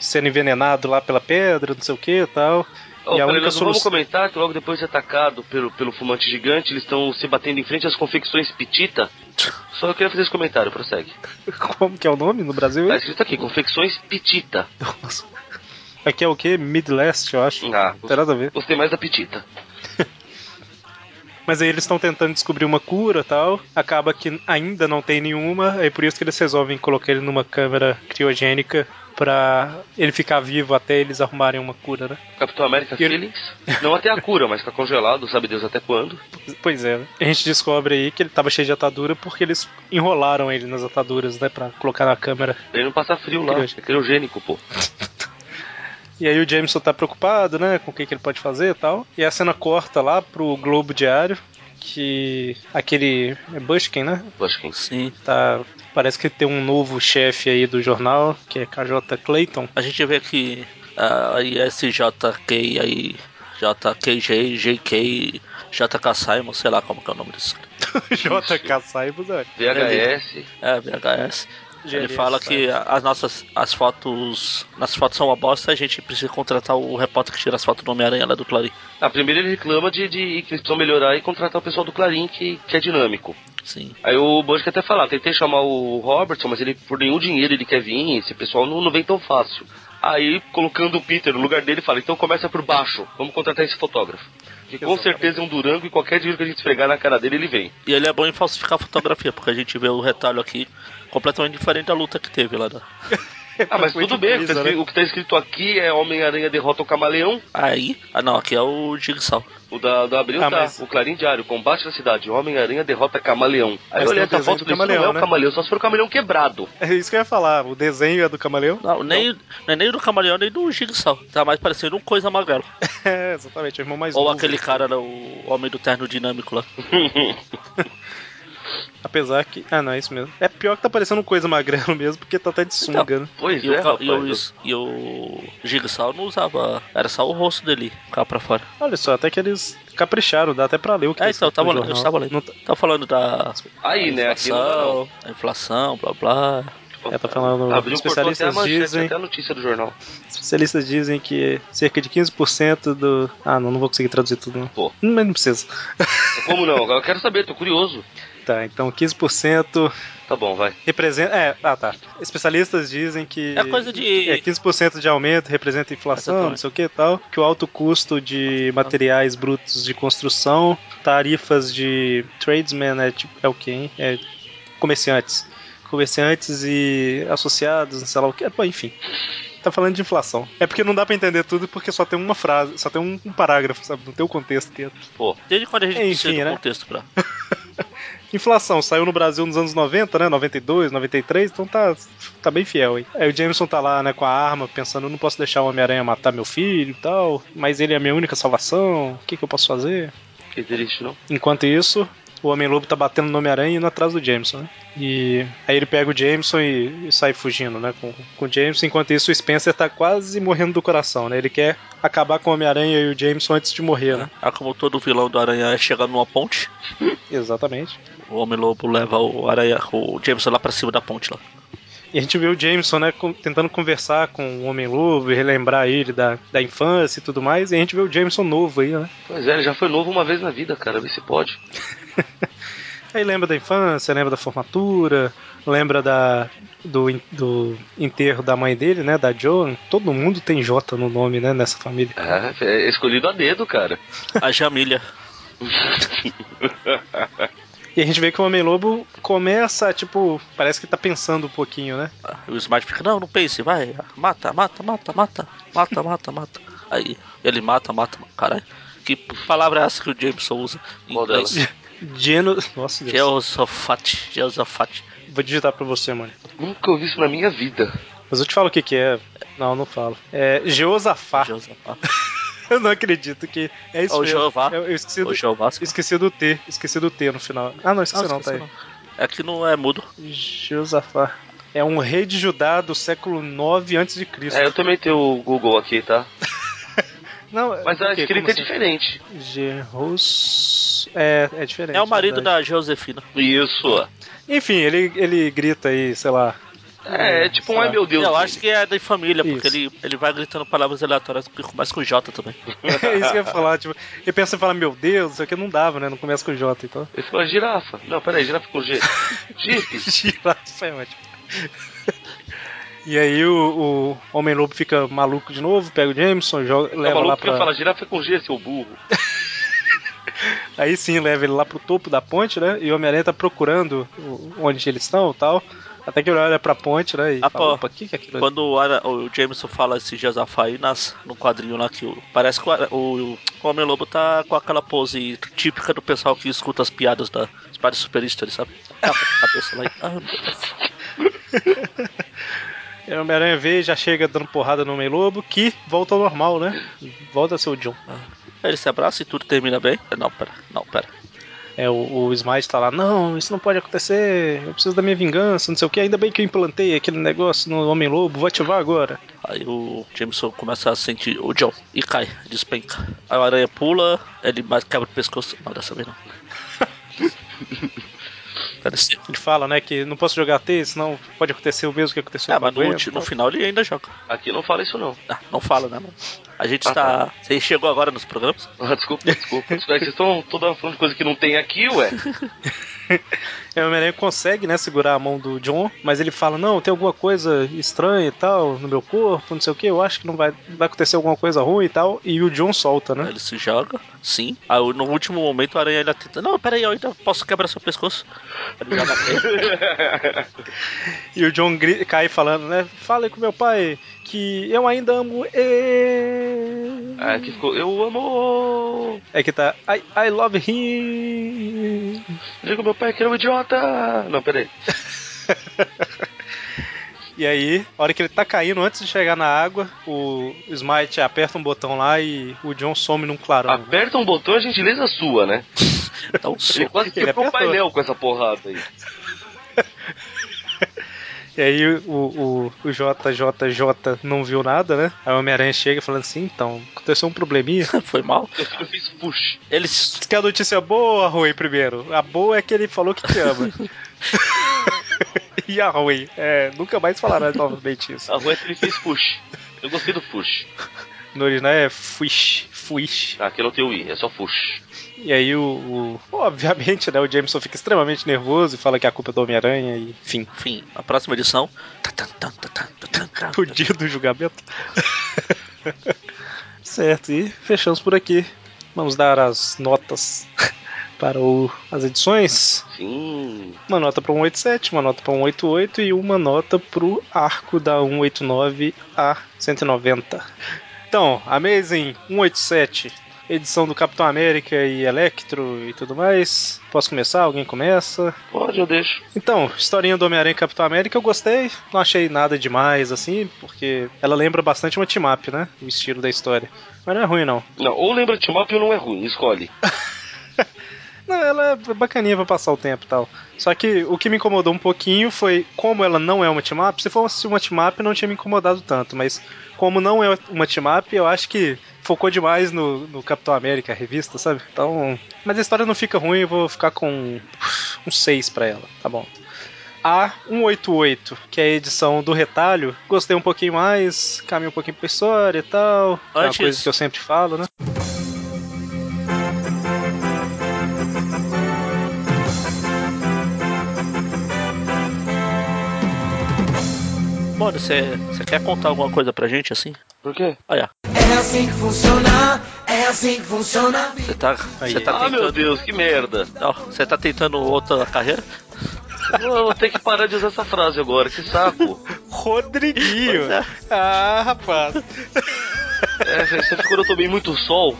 [SPEAKER 1] sendo envenenado lá pela pedra, não sei o que e tal.
[SPEAKER 3] Ô,
[SPEAKER 1] e a
[SPEAKER 3] peraí,
[SPEAKER 1] única
[SPEAKER 3] nós Vamos
[SPEAKER 1] solução.
[SPEAKER 3] comentar que logo depois de atacado pelo, pelo fumante gigante, eles estão se batendo em frente às confecções Pitita. Só eu queria fazer esse comentário, prossegue.
[SPEAKER 1] Como que é o nome no Brasil?
[SPEAKER 3] Tá escrito aqui, confecções Pitita.
[SPEAKER 1] Nossa. Aqui é o que? Midlast, eu acho.
[SPEAKER 3] Ah,
[SPEAKER 1] Não tem nada a ver.
[SPEAKER 3] gostei mais da Pitita.
[SPEAKER 1] Mas aí eles estão tentando descobrir uma cura e tal. Acaba que ainda não tem nenhuma. É por isso que eles resolvem colocar ele numa câmera criogênica pra ele ficar vivo até eles arrumarem uma cura, né?
[SPEAKER 3] Capitão América
[SPEAKER 1] E ele-
[SPEAKER 3] Felix. Não até a cura, mas tá congelado, sabe Deus até quando.
[SPEAKER 1] Pois é, a gente descobre aí que ele tava cheio de atadura porque eles enrolaram ele nas ataduras, né, pra colocar na câmera.
[SPEAKER 3] Ele não passa frio lá, é
[SPEAKER 1] Criogênico.
[SPEAKER 3] criogênico, pô.
[SPEAKER 1] E aí o Jameson tá preocupado, né, com o que, que ele pode fazer e tal. E a cena corta lá pro Globo Diário, que aquele é Bushkin, né,
[SPEAKER 3] Eu acho que é
[SPEAKER 2] sim.
[SPEAKER 1] tá... Parece que tem um novo chefe aí do jornal, que é KJ Clayton.
[SPEAKER 2] A gente vê que ah, a ISJK, aí JKG, JK, JK Simon, sei lá como que é o nome desse.
[SPEAKER 1] JK Saibos, é.
[SPEAKER 3] VHS.
[SPEAKER 2] É, VHS. Ele
[SPEAKER 1] GLS,
[SPEAKER 2] fala
[SPEAKER 1] sabe?
[SPEAKER 2] que a- as nossas as fotos. Nas fotos são uma bosta, a gente precisa contratar o repórter que tira as fotos do Homem-Aranha lá do Clarim.
[SPEAKER 3] Ah, primeiro ele reclama de, de que eles precisam melhorar e contratar o pessoal do Clarim, que, que é dinâmico.
[SPEAKER 2] Sim.
[SPEAKER 3] Aí o Bush quer até falar, tentei chamar o Robertson, mas ele por nenhum dinheiro ele quer vir, esse pessoal não, não vem tão fácil. Aí, colocando o Peter no lugar dele, fala, então começa por baixo, vamos contratar esse fotógrafo. Que com
[SPEAKER 1] Exatamente.
[SPEAKER 3] certeza é um durango e qualquer dinheiro que a gente esfregar na cara dele, ele vem.
[SPEAKER 2] E ele é bom em falsificar a fotografia, porque a gente vê o retalho aqui completamente diferente da luta que teve lá. Da...
[SPEAKER 3] Ah, mas
[SPEAKER 1] Foi
[SPEAKER 3] tudo
[SPEAKER 1] de
[SPEAKER 3] bem,
[SPEAKER 1] brisa,
[SPEAKER 3] o que tá escri-
[SPEAKER 1] né?
[SPEAKER 3] o que tá escrito aqui é Homem-Aranha derrota o Camaleão,
[SPEAKER 2] Aí. Ah não, aqui é o Jigsaw.
[SPEAKER 3] o da, da Abril
[SPEAKER 1] Ah,
[SPEAKER 3] tá,
[SPEAKER 1] mas-
[SPEAKER 3] o Clarim Diário, combate na cidade, Homem-Aranha derrota Camaleão. Aí
[SPEAKER 1] Mas
[SPEAKER 3] eu olhei
[SPEAKER 1] tem o
[SPEAKER 3] essa
[SPEAKER 1] desenho
[SPEAKER 3] foto,
[SPEAKER 1] do
[SPEAKER 3] isso não é
[SPEAKER 1] Camaleão,
[SPEAKER 3] o
[SPEAKER 1] né?
[SPEAKER 3] Camaleão, só se for o Camaleão quebrado.
[SPEAKER 1] É isso que eu ia falar, o desenho é do camaleão.
[SPEAKER 2] Não, nem, não é nem do Camaleão, nem do Jigsaw. Tá mais parecendo um coisa magrelo.
[SPEAKER 1] é, exatamente, é o irmão mais
[SPEAKER 2] Ou
[SPEAKER 1] novo.
[SPEAKER 2] aquele cara, lá, o homem do terno dinâmico lá.
[SPEAKER 1] Apesar que. Ah, não, é isso mesmo. É pior que tá parecendo um coisa magrelo mesmo, porque tá até de
[SPEAKER 2] Então.
[SPEAKER 1] sunga, né?
[SPEAKER 3] Pois
[SPEAKER 2] E
[SPEAKER 3] é,
[SPEAKER 2] o, ca- e, o,
[SPEAKER 3] rapaz,
[SPEAKER 2] e o Jigsaw não usava. Era só o rosto dele, cá pra fora.
[SPEAKER 1] Olha só, até que eles capricharam, dá até pra ler o que
[SPEAKER 2] É,
[SPEAKER 1] tá
[SPEAKER 2] então, eu
[SPEAKER 1] escrito
[SPEAKER 2] tava,
[SPEAKER 1] no
[SPEAKER 2] lendo, eu
[SPEAKER 1] jornal.
[SPEAKER 2] estava lendo.
[SPEAKER 1] Não tá-
[SPEAKER 2] Tá falando da
[SPEAKER 3] Aí, né, aqui não dá não.
[SPEAKER 2] inflação, a inflação, blá blá.
[SPEAKER 1] É, tá falando.
[SPEAKER 3] Abriu
[SPEAKER 1] especialistas
[SPEAKER 3] cortou até a manchete,
[SPEAKER 1] dizem.
[SPEAKER 3] até a notícia do jornal.
[SPEAKER 1] Especialistas dizem que cerca de 15% do. Ah, não, não vou conseguir traduzir tudo, não.
[SPEAKER 3] Pô.
[SPEAKER 1] Mas não precisa.
[SPEAKER 3] É Como não? Eu quero saber, tô curioso.
[SPEAKER 1] Tá, então 15%
[SPEAKER 3] Tá bom, vai.
[SPEAKER 1] representa. É, ah, tá. Especialistas dizem que.
[SPEAKER 2] É coisa de-
[SPEAKER 1] É, 15% de aumento representa inflação,
[SPEAKER 2] Exatamente.
[SPEAKER 1] não sei o que e tal. Que o alto custo de materiais brutos de construção, tarifas de tradesmen, é, tipo, é o quê, hein? É comerciantes. Comerciantes e associados, sei lá o que. Pô, enfim. Tá falando de inflação. É porque não dá pra entender tudo porque só tem uma frase, só tem um, um parágrafo, sabe? Não tem o contexto inteiro.
[SPEAKER 3] Pô,
[SPEAKER 2] Desde quando a gente
[SPEAKER 1] Enfim,
[SPEAKER 2] precisa do
[SPEAKER 1] né?
[SPEAKER 2] contexto pra.
[SPEAKER 1] Inflação, saiu no Brasil nos anos 90, né? 92, 93, então tá, tá bem fiel aí. Aí o Jameson tá lá, né, com a arma, pensando, eu não posso deixar o Homem-Aranha matar meu filho e tal, mas ele é a minha única salvação, o que, que eu posso fazer?
[SPEAKER 3] que triste, não?
[SPEAKER 1] Enquanto isso, o Homem-Lobo tá batendo no Homem-Aranha e indo atrás do Jameson, né? E aí ele pega o Jameson e, e sai fugindo, né? Com, com o Jameson. Enquanto isso, o Spencer tá quase morrendo do coração, né? Ele quer acabar com o Homem-Aranha e o Jameson antes de morrer, né?
[SPEAKER 2] Ah, como todo vilão do Aranha é chegar numa ponte,
[SPEAKER 1] Exatamente.
[SPEAKER 2] o Homem-Lobo leva o Aranha, o Jameson lá pra cima da ponte lá.
[SPEAKER 1] E a gente vê o Jameson, né, com- tentando conversar com o Homem-Lobo e relembrar ele da, da infância e tudo mais. E a gente vê o Jameson novo aí, né?
[SPEAKER 3] Pois é, ele já foi novo uma vez na vida, cara. Vê se pode.
[SPEAKER 1] Aí lembra da infância, lembra da formatura, lembra da, do, in- do enterro da mãe dele, né? Da Joan. Todo mundo tem J no nome, né? Nessa família.
[SPEAKER 3] Ah, é escolhido a dedo, cara.
[SPEAKER 2] A Jamilha.
[SPEAKER 1] E a gente vê que o Homem-Lobo começa, tipo, parece que tá pensando um pouquinho, né?
[SPEAKER 2] Ah, E o Smart fica, não, não pense, vai, mata, mata, mata, mata, mata, mata, mata. Aí ele mata, mata, mata. caralho. Que palavra é essa que o Jameson usa em
[SPEAKER 3] Qual
[SPEAKER 2] inglês?
[SPEAKER 1] Geno. Nossa Deus.
[SPEAKER 2] Jeosafat, Jeosafat.
[SPEAKER 1] Vou digitar pra você, mano.
[SPEAKER 3] Nunca ouvi isso na minha vida.
[SPEAKER 1] Mas eu te falo o que que é. Não, não falo. É Jeosafá.
[SPEAKER 2] Jeosafá.
[SPEAKER 1] Eu não acredito que. É isso
[SPEAKER 2] Ou
[SPEAKER 1] mesmo.
[SPEAKER 2] Jeová.
[SPEAKER 1] Eu, eu esqueci, do,
[SPEAKER 2] Ou Jeová. se-
[SPEAKER 1] esqueci do T. Esqueci do T no final. Ah, não, esqueci
[SPEAKER 2] Ah,
[SPEAKER 1] não, tá aí.
[SPEAKER 2] esqueci não. É que não é mudo.
[SPEAKER 1] Josafá. É um rei de Judá do século 9 a.C.
[SPEAKER 3] É, eu também tenho o Google aqui, tá?
[SPEAKER 1] Não,
[SPEAKER 3] Mas a
[SPEAKER 1] o quê?
[SPEAKER 3] escrita
[SPEAKER 1] Como
[SPEAKER 3] é diferente.
[SPEAKER 1] assim? Jeros... É, é diferente.
[SPEAKER 2] É o marido
[SPEAKER 1] verdade.
[SPEAKER 2] da Josefina.
[SPEAKER 3] Isso.
[SPEAKER 1] Enfim, ele, ele grita aí, sei lá.
[SPEAKER 3] É, é tipo um ai meu Deus.
[SPEAKER 2] Eu acho que é da família, porque
[SPEAKER 1] Isso.
[SPEAKER 2] ele, ele vai gritando palavras aleatórias, que começa com J também.
[SPEAKER 1] É isso que eu ia falar. Tipo, ele pensa e fala, meu Deus, isso aqui não dava, né? Não começa com J, então.
[SPEAKER 3] Ele falou girafa. Não, peraí, girafa é com G. Jeep.
[SPEAKER 1] Girafa é ótimo. E aí o, o Homem-Lobo fica maluco de novo, pega o Jameson, joga,
[SPEAKER 3] Tá
[SPEAKER 1] leva lá
[SPEAKER 3] maluco porque
[SPEAKER 1] pra...
[SPEAKER 3] eu falo girafa com G, seu burro.
[SPEAKER 1] Aí sim, leva ele lá pro topo da ponte, né? E o Homem-Aranha tá procurando o- onde eles estão e tal. Até que ele olha pra ponte, né? E
[SPEAKER 2] Ah,
[SPEAKER 1] fala,
[SPEAKER 2] pô.
[SPEAKER 1] opa, o que que é aquilo ali?
[SPEAKER 2] Quando o, Ara, o Jameson fala esse Jeosafá aí nas, no quadrinho lá que o, parece que o, Ara- o, o Homem-Lobo tá com aquela pose típica do pessoal que escuta as piadas da dos pares superistas, sabe? Tá com a cabeça lá. e- Ah, meu Deus.
[SPEAKER 1] Aí O Homem-Aranha vê e já chega dando porrada no Homem-Lobo, que volta ao normal, né? Volta a ser o John.
[SPEAKER 2] Aí ele se abraça e tudo termina bem. Não, pera, não, pera.
[SPEAKER 1] É, o, o Smite tá lá, não, isso não pode acontecer, eu preciso da minha vingança, não sei o que. Ainda bem que eu implantei aquele negócio no Homem-Lobo, vou ativar agora.
[SPEAKER 2] Aí o Jameson começa a sentir o John e cai, despenca. Aí o aranha pula, ele mais quebra o pescoço. Não, dessa vez não. Cara, esse-
[SPEAKER 1] Ele fala, né, que não posso jogar T, senão pode acontecer o mesmo que aconteceu
[SPEAKER 2] Ah,
[SPEAKER 1] com o
[SPEAKER 2] mas no,
[SPEAKER 1] Gwen.
[SPEAKER 2] ulti- no final ele ainda joga.
[SPEAKER 3] Aqui não fala isso não.
[SPEAKER 2] Ah, não fala, né, mano? A gente
[SPEAKER 3] Ah,
[SPEAKER 2] está. Você chegou agora nos programas?
[SPEAKER 3] Ah, desculpa, desculpa. É que Vocês estão toda hora falando de coisa que não tem aqui, ué.
[SPEAKER 1] É, o Homem-Aranha consegue, né, segurar a mão do John, mas ele fala, não, tem alguma coisa estranha e tal no meu corpo, não sei o que, eu acho que não vai, vai acontecer alguma coisa ruim e tal, e o John solta,
[SPEAKER 2] Aí
[SPEAKER 1] né?
[SPEAKER 2] Ele se joga, sim. Aí no último momento a aranha ainda tenta. Não, peraí, eu ainda posso quebrar seu pescoço. Ele joga nele.
[SPEAKER 1] E o John gri- cai falando, né, fale com meu pai que eu ainda amo ele.
[SPEAKER 2] É.
[SPEAKER 3] Ah, aqui ficou, eu amo!
[SPEAKER 1] É que tá, I, I love him.
[SPEAKER 3] Digo meu pai que era um idiota! Não, peraí.
[SPEAKER 1] E aí, a hora que ele tá caindo, antes de chegar na água, o Smite aperta um botão lá e o John some num clarão. né?
[SPEAKER 3] Aperta um botão é gentileza sua, né?
[SPEAKER 2] Dá um
[SPEAKER 3] Ele
[SPEAKER 2] soco.
[SPEAKER 3] quase
[SPEAKER 1] Ele
[SPEAKER 3] quebrou o
[SPEAKER 1] apertou.
[SPEAKER 3] painel com essa porrada aí.
[SPEAKER 1] E aí o, o, o JJJ não viu nada, né? Aí o Homem-Aranha chega falando assim, então, aconteceu um probleminha.
[SPEAKER 2] Foi mal.
[SPEAKER 3] Eu fiz push.
[SPEAKER 2] Ele s-
[SPEAKER 1] Você quer a notícia boa ou a ruim primeiro? A boa é que ele falou que te ama. e a ruim? É, nunca mais falará novamente isso.
[SPEAKER 3] A rua é que ele fez push. Eu gostei do push.
[SPEAKER 1] No original é fuish, fuish.
[SPEAKER 3] Ah, aqui não tem o i, é só push.
[SPEAKER 1] E aí o, o- Obviamente, né? O Jameson fica extremamente nervoso e fala que a culpa é do Homem-Aranha e enfim.
[SPEAKER 2] Enfim, a próxima edição. Tá, tá, tá, tá, tá, tá, tá, tá.
[SPEAKER 1] O dia do julgamento. certo, e fechamos por aqui. Vamos dar as notas para o- as edições.
[SPEAKER 3] Sim.
[SPEAKER 1] Uma nota um para 187, uma nota para 188 e uma nota para o arco da 189 a 190. Então, Amazing 187, edição do Capitão América e Electro e tudo mais. Posso começar? Alguém começa?
[SPEAKER 3] Pode, eu deixo.
[SPEAKER 1] Então, historinha do Homem-Aranha e Capitão América eu gostei, não achei nada demais assim, porque ela lembra bastante uma team-up, né? O estilo da história. Mas não é ruim, não.
[SPEAKER 3] Não, ou lembra de Timóteo ou não é ruim, escolhe.
[SPEAKER 1] Não, ela é bacaninha pra passar o tempo e tal. Só que o que me incomodou um pouquinho foi como ela não é uma team-up. Se fosse uma team-up, não tinha me incomodado tanto, mas como não é uma team-up, eu acho que focou demais no, no Capitão América, a revista, sabe? Então. Mas a história não fica ruim, eu vou ficar com um 6 pra ela, tá bom. A 188, que é a edição do retalho, gostei um pouquinho mais, caminho um pouquinho pra história e tal. É uma
[SPEAKER 2] Antes-
[SPEAKER 1] coisa que eu sempre falo, né?
[SPEAKER 2] Mano, você quer contar alguma coisa pra gente assim?
[SPEAKER 3] Por quê?
[SPEAKER 2] Olha,
[SPEAKER 4] É assim que funciona, é assim que funciona a vida.
[SPEAKER 2] você tá,
[SPEAKER 1] Aí.
[SPEAKER 2] você tá
[SPEAKER 3] Ah, meu
[SPEAKER 2] tentando.
[SPEAKER 3] Deus, que merda.
[SPEAKER 2] Não, Você tá tentando outra carreira?
[SPEAKER 3] Eu vou ter que parar de usar essa frase agora, que saco.
[SPEAKER 1] Rodriguinho!
[SPEAKER 2] é.
[SPEAKER 1] Ah, rapaz!
[SPEAKER 3] É, velho, sempre quando eu tomei muito sol,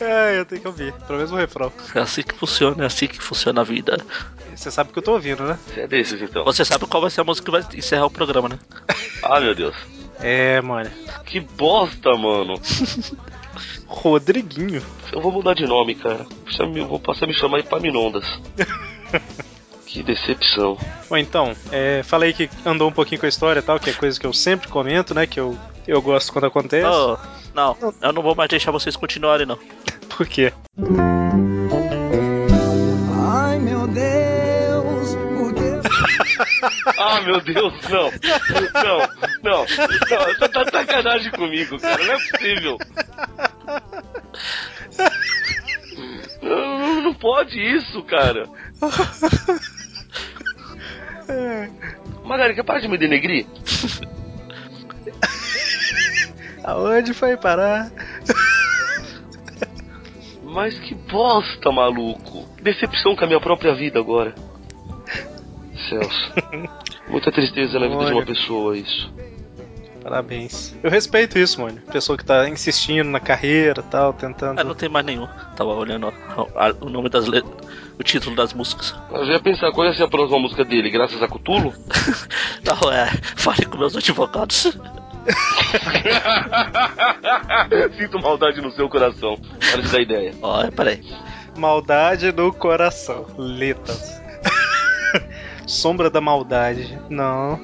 [SPEAKER 1] É, eu tenho que ouvir, pelo menos o refrão.
[SPEAKER 2] É assim que funciona, é assim que funciona a vida.
[SPEAKER 1] Você sabe que eu tô ouvindo, né?
[SPEAKER 3] você é desses então.
[SPEAKER 2] Você sabe qual vai ser a música que vai encerrar o programa, né?
[SPEAKER 3] Ah, meu Deus.
[SPEAKER 1] É, mano.
[SPEAKER 3] Que bosta, mano.
[SPEAKER 1] Rodriguinho.
[SPEAKER 3] Eu vou mudar de nome, cara. Precisa me- Eu vou passar a me chamar Epaminondas. que decepção.
[SPEAKER 1] Bom, então, é, falei que andou um pouquinho com a história e tal, que é coisa que eu sempre comento, né? Que eu, eu gosto quando acontece.
[SPEAKER 2] Oh, não, eu não vou mais deixar vocês continuarem, não.
[SPEAKER 1] Por quê?
[SPEAKER 4] Ai meu Deus, por que
[SPEAKER 3] Ah, meu Deus, não. Não, não. não tá, tá de sacanagem comigo, cara. Não é possível. Não, não- não pode isso, cara. Magari, quer parar de me denegrir?
[SPEAKER 1] Aonde foi parar?
[SPEAKER 3] Mas que bosta, maluco. Decepção com a minha própria vida agora. Celso. Muita tristeza na vida de uma
[SPEAKER 1] Olha.
[SPEAKER 3] pessoa, isso.
[SPEAKER 1] Parabéns. Eu respeito isso, mano. Pessoa que tá insistindo na carreira e tal, tentando.
[SPEAKER 2] Ah, não tem mais nenhum. Tava olhando a- a- o nome das letras, o título das músicas.
[SPEAKER 3] Eu já ia pensar, qual ia ser a próxima música dele? Graças a Cutulo?
[SPEAKER 2] Não, é, fale com meus advogados.
[SPEAKER 3] Sinto maldade no seu coração. Para de dar ideia.
[SPEAKER 2] Olha, é, peraí.
[SPEAKER 1] Maldade no coração. Letras. Sombra da maldade. Não.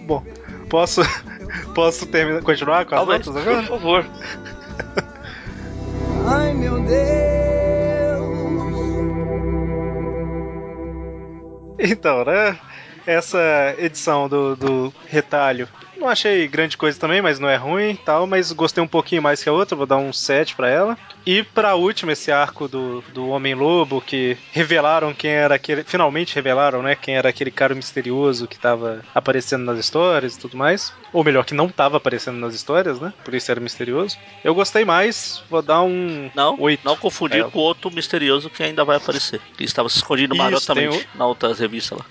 [SPEAKER 1] Bom, posso. Posso terminar, continuar com as
[SPEAKER 3] Talvez,
[SPEAKER 1] letras agora?
[SPEAKER 3] por favor.
[SPEAKER 4] Ai meu Deus.
[SPEAKER 1] Então, né? Essa edição do, do retalho. Não achei grande coisa também, mas não é ruim e tal. Mas gostei um pouquinho mais que a outra, vou dar um 7 pra ela. E pra última, esse arco do, do Homem-Lobo, que revelaram quem era aquele. Finalmente revelaram, né? Quem era aquele cara misterioso que tava aparecendo nas histórias e tudo mais. Ou melhor, que não tava aparecendo nas histórias, né? Por isso era misterioso. Eu gostei mais, vou dar um
[SPEAKER 2] Não,
[SPEAKER 1] 8.
[SPEAKER 2] não confundir
[SPEAKER 1] É.
[SPEAKER 2] com outro misterioso que ainda vai aparecer. Que estava se escondido
[SPEAKER 1] Isso,
[SPEAKER 2] marotamente
[SPEAKER 1] tem
[SPEAKER 2] na outra revista lá.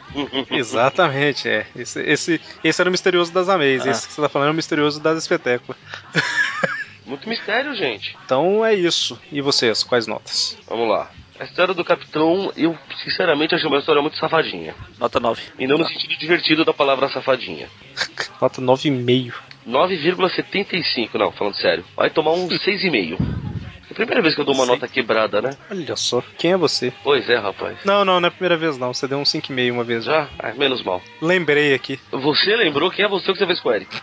[SPEAKER 1] Exatamente, é. Esse, esse, esse era o misterioso das ameis,
[SPEAKER 2] Ah.
[SPEAKER 1] esse que você tá falando é o misterioso das espetáculas.
[SPEAKER 3] Muito mistério, gente.
[SPEAKER 1] Então é isso. E vocês, quais notas?
[SPEAKER 3] Vamos lá. A história do Capitão, eu sinceramente achei uma história muito safadinha.
[SPEAKER 2] Nota 9.
[SPEAKER 3] E não no sentido divertido da palavra safadinha.
[SPEAKER 1] Nota 9,5.
[SPEAKER 3] 9,75, não, falando sério. Vai tomar um 6,5. É a primeira vez que eu dou uma
[SPEAKER 1] Sei.
[SPEAKER 3] nota quebrada, né?
[SPEAKER 1] Olha só, quem é você?
[SPEAKER 3] Pois é, rapaz.
[SPEAKER 1] Não, não, não é a primeira vez não, você deu um 5,5 uma vez já.
[SPEAKER 3] Já? Ah, menos mal.
[SPEAKER 1] Lembrei aqui,
[SPEAKER 3] Você lembrou quem é você que você fez com o Eric?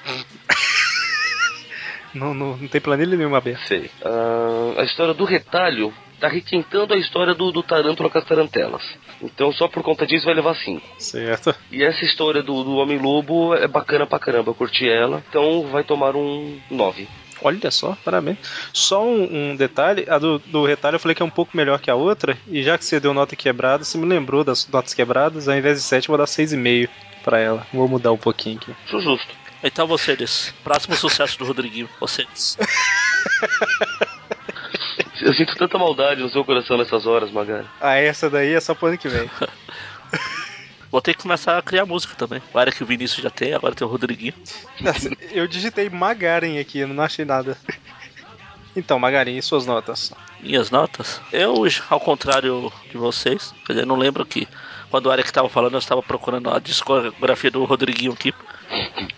[SPEAKER 1] não, não, não tem planilha nenhuma aberta.
[SPEAKER 3] Sei. Ah, a história do retalho tá requintando a história do, do Tarântula com as tarantelas. Então, só por conta disso, vai levar 5.
[SPEAKER 1] Certo.
[SPEAKER 3] E essa história do, do Homem-Lobo é bacana pra caramba, eu curti ela. Então, vai tomar um 9.
[SPEAKER 1] Olha só, parabéns. Só um, um detalhe, a do, do retalho eu falei que é um pouco melhor que a outra, e já que você deu nota quebrada, você me lembrou das notas quebradas, ao invés de 7 eu vou dar 6,5 pra ela. Vou mudar um pouquinho aqui.
[SPEAKER 3] Isso justo.
[SPEAKER 2] Então você diz. Próximo sucesso do Rodriguinho. Você diz.
[SPEAKER 3] Eu sinto tanta maldade no seu coração nessas horas, Magari.
[SPEAKER 1] Ah, essa daí é só pro ano que vem.
[SPEAKER 2] Vou ter que começar a criar música também. O área que o Vinícius já tem, agora tem o Rodriguinho.
[SPEAKER 1] Nossa, Eu digitei Magaren aqui, eu não achei nada. Então, Magaren, e suas notas?
[SPEAKER 2] Minhas notas. Eu, ao contrário de vocês, quer dizer, não lembro que quando o Eric estava falando, eu estava procurando a discografia do Rodriguinho aqui.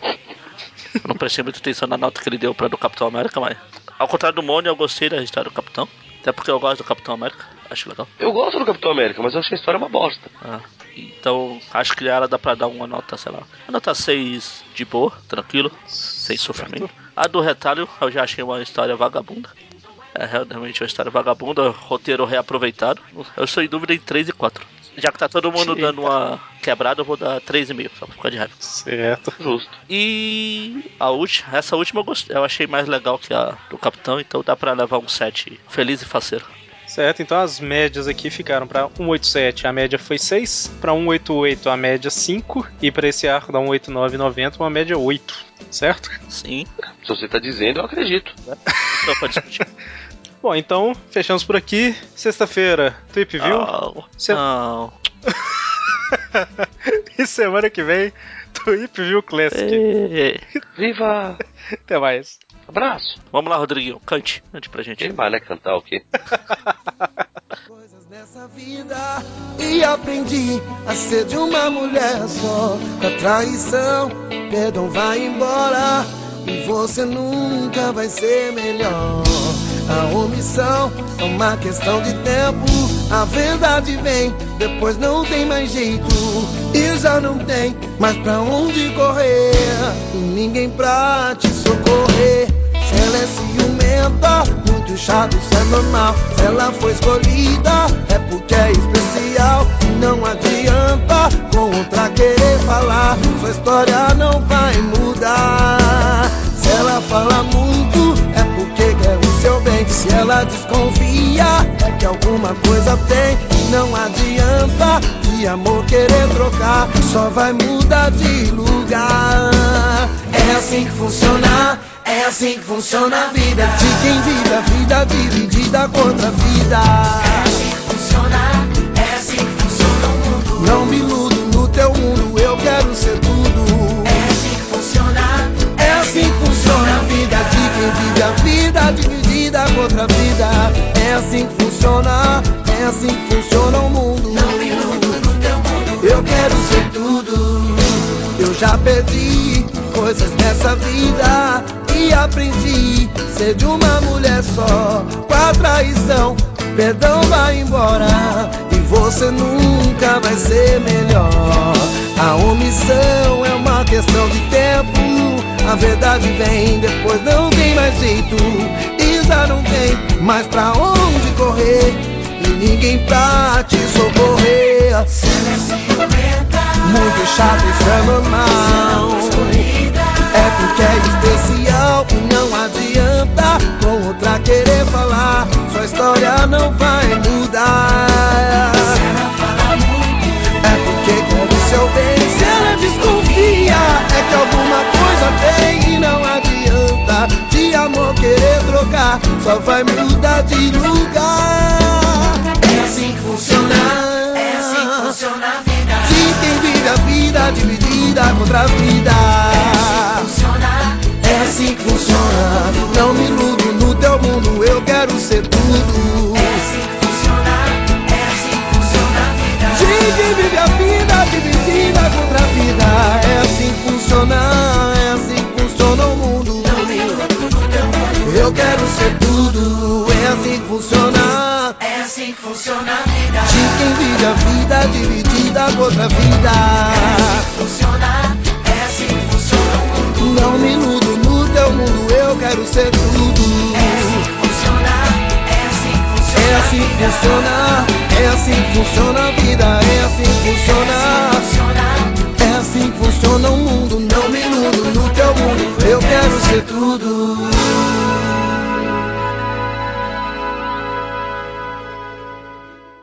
[SPEAKER 2] Eu não prestei muita atenção na nota que ele deu para do Capitão América, mas ao contrário do Mônio, eu gostei da história do Cap- Capitão. Até porque eu gosto do Capitão América. Acho legal.
[SPEAKER 3] Eu gosto do Capitão América, mas eu acho que a história é uma bosta.
[SPEAKER 2] Ah, então, acho que ela dá pra dar uma nota, sei lá. Uma nota 6 de boa, tranquilo, sem sofrimento. A do retalho, eu já achei uma história vagabunda. É realmente uma história vagabunda, roteiro reaproveitado. Eu estou em dúvida em 3 e 4. Já que tá todo mundo
[SPEAKER 1] Eita.
[SPEAKER 2] dando uma quebrada, eu vou dar 3,5, só pra ficar de raiva.
[SPEAKER 1] Certo.
[SPEAKER 3] Justo.
[SPEAKER 2] E a última, essa última eu, gostei, eu achei mais legal que a do Capitão, então dá pra levar um 7 feliz e faceiro.
[SPEAKER 1] Certo, então as médias aqui ficaram para 187, a média foi 6, para 188 a média 5 e para esse um arco da 18990 uma média 8, certo?
[SPEAKER 2] Sim,
[SPEAKER 3] Se você tá dizendo, eu acredito.
[SPEAKER 2] só pra discutir.
[SPEAKER 1] Bom, então fechamos por aqui. Sexta-feira, Trip View.
[SPEAKER 2] Não,
[SPEAKER 1] Você-
[SPEAKER 2] não.
[SPEAKER 1] E semana que vem, Trip View Classic.
[SPEAKER 2] Ê,
[SPEAKER 3] Viva!
[SPEAKER 1] Até mais.
[SPEAKER 3] Abraço!
[SPEAKER 2] Vamos lá, Rodriguinho, cante, cante pra gente.
[SPEAKER 3] Quem vai, né, cantar o quê?
[SPEAKER 4] coisas nessa vida e aprendi a ser de uma mulher só. A traição, perdão, vai embora e você nunca vai ser melhor. A omissão é uma questão de tempo. A verdade vem, depois não tem mais jeito. E já não tem mais pra onde correr. E ninguém pra te socorrer. Se ela é ciumenta, muito chato, isso é normal. Se ela foi escolhida, é porque é especial. Não adianta com outra querer falar, sua história não vai mudar. Se ela fala muito, é porque quer o seu bem. Se ela desconfia, é que alguma coisa tem. Não adianta de amor querer trocar, só vai mudar de lugar. É assim que funciona. É assim que funciona a vida. De quem vive a vida dividida contra a vida. É assim que funciona, é assim que funciona o mundo. Não me iludo no teu mundo, eu quero ser tudo. É assim que funciona, é assim que funciona a vida. De quem vive a vida dividida contra a vida. É assim que funciona, é assim que funciona o mundo. Não me iludo no teu mundo, eu quero ser tudo. Eu já perdi coisas nessa vida e aprendi ser de uma mulher só. Com a traição, perdão vai embora e você nunca vai ser melhor. A omissão é uma questão de tempo. A verdade vem, depois não tem mais jeito. E já não tem mais pra onde correr. E ninguém pra te socorrer. Muito chato, isso é normal. É porque é especial e não adianta com outra querer falar. Sua história não vai mudar. É porque quando o seu bem, se ela desconfia, é que alguma coisa tem e não adianta de amor querer trocar, só vai mudar de lugar. É assim que funciona. É assim que funciona a vida. De quem vive a vida dividida contra a vida. É assim que funciona. Não me iludo no teu mundo, eu quero ser tudo. É assim que funciona. É assim que funciona a vida. De quem vive a vida dividida contra a vida. É assim que funciona. É assim que funciona o mundo. Não me iludo no teu mundo, eu quero ser tudo. É assim que funciona. É assim que funciona a vida. De quem vive a vida dividida contra a vida. Funciona. É assim que funciona o mundo. Não me iludo no teu mundo, eu quero ser tudo. É assim que funciona, é assim que funciona. É assim que funciona, é assim que funciona a vida, é assim que funciona. É assim que funciona o mundo, não me iludo no teu mundo, eu quero ser tudo.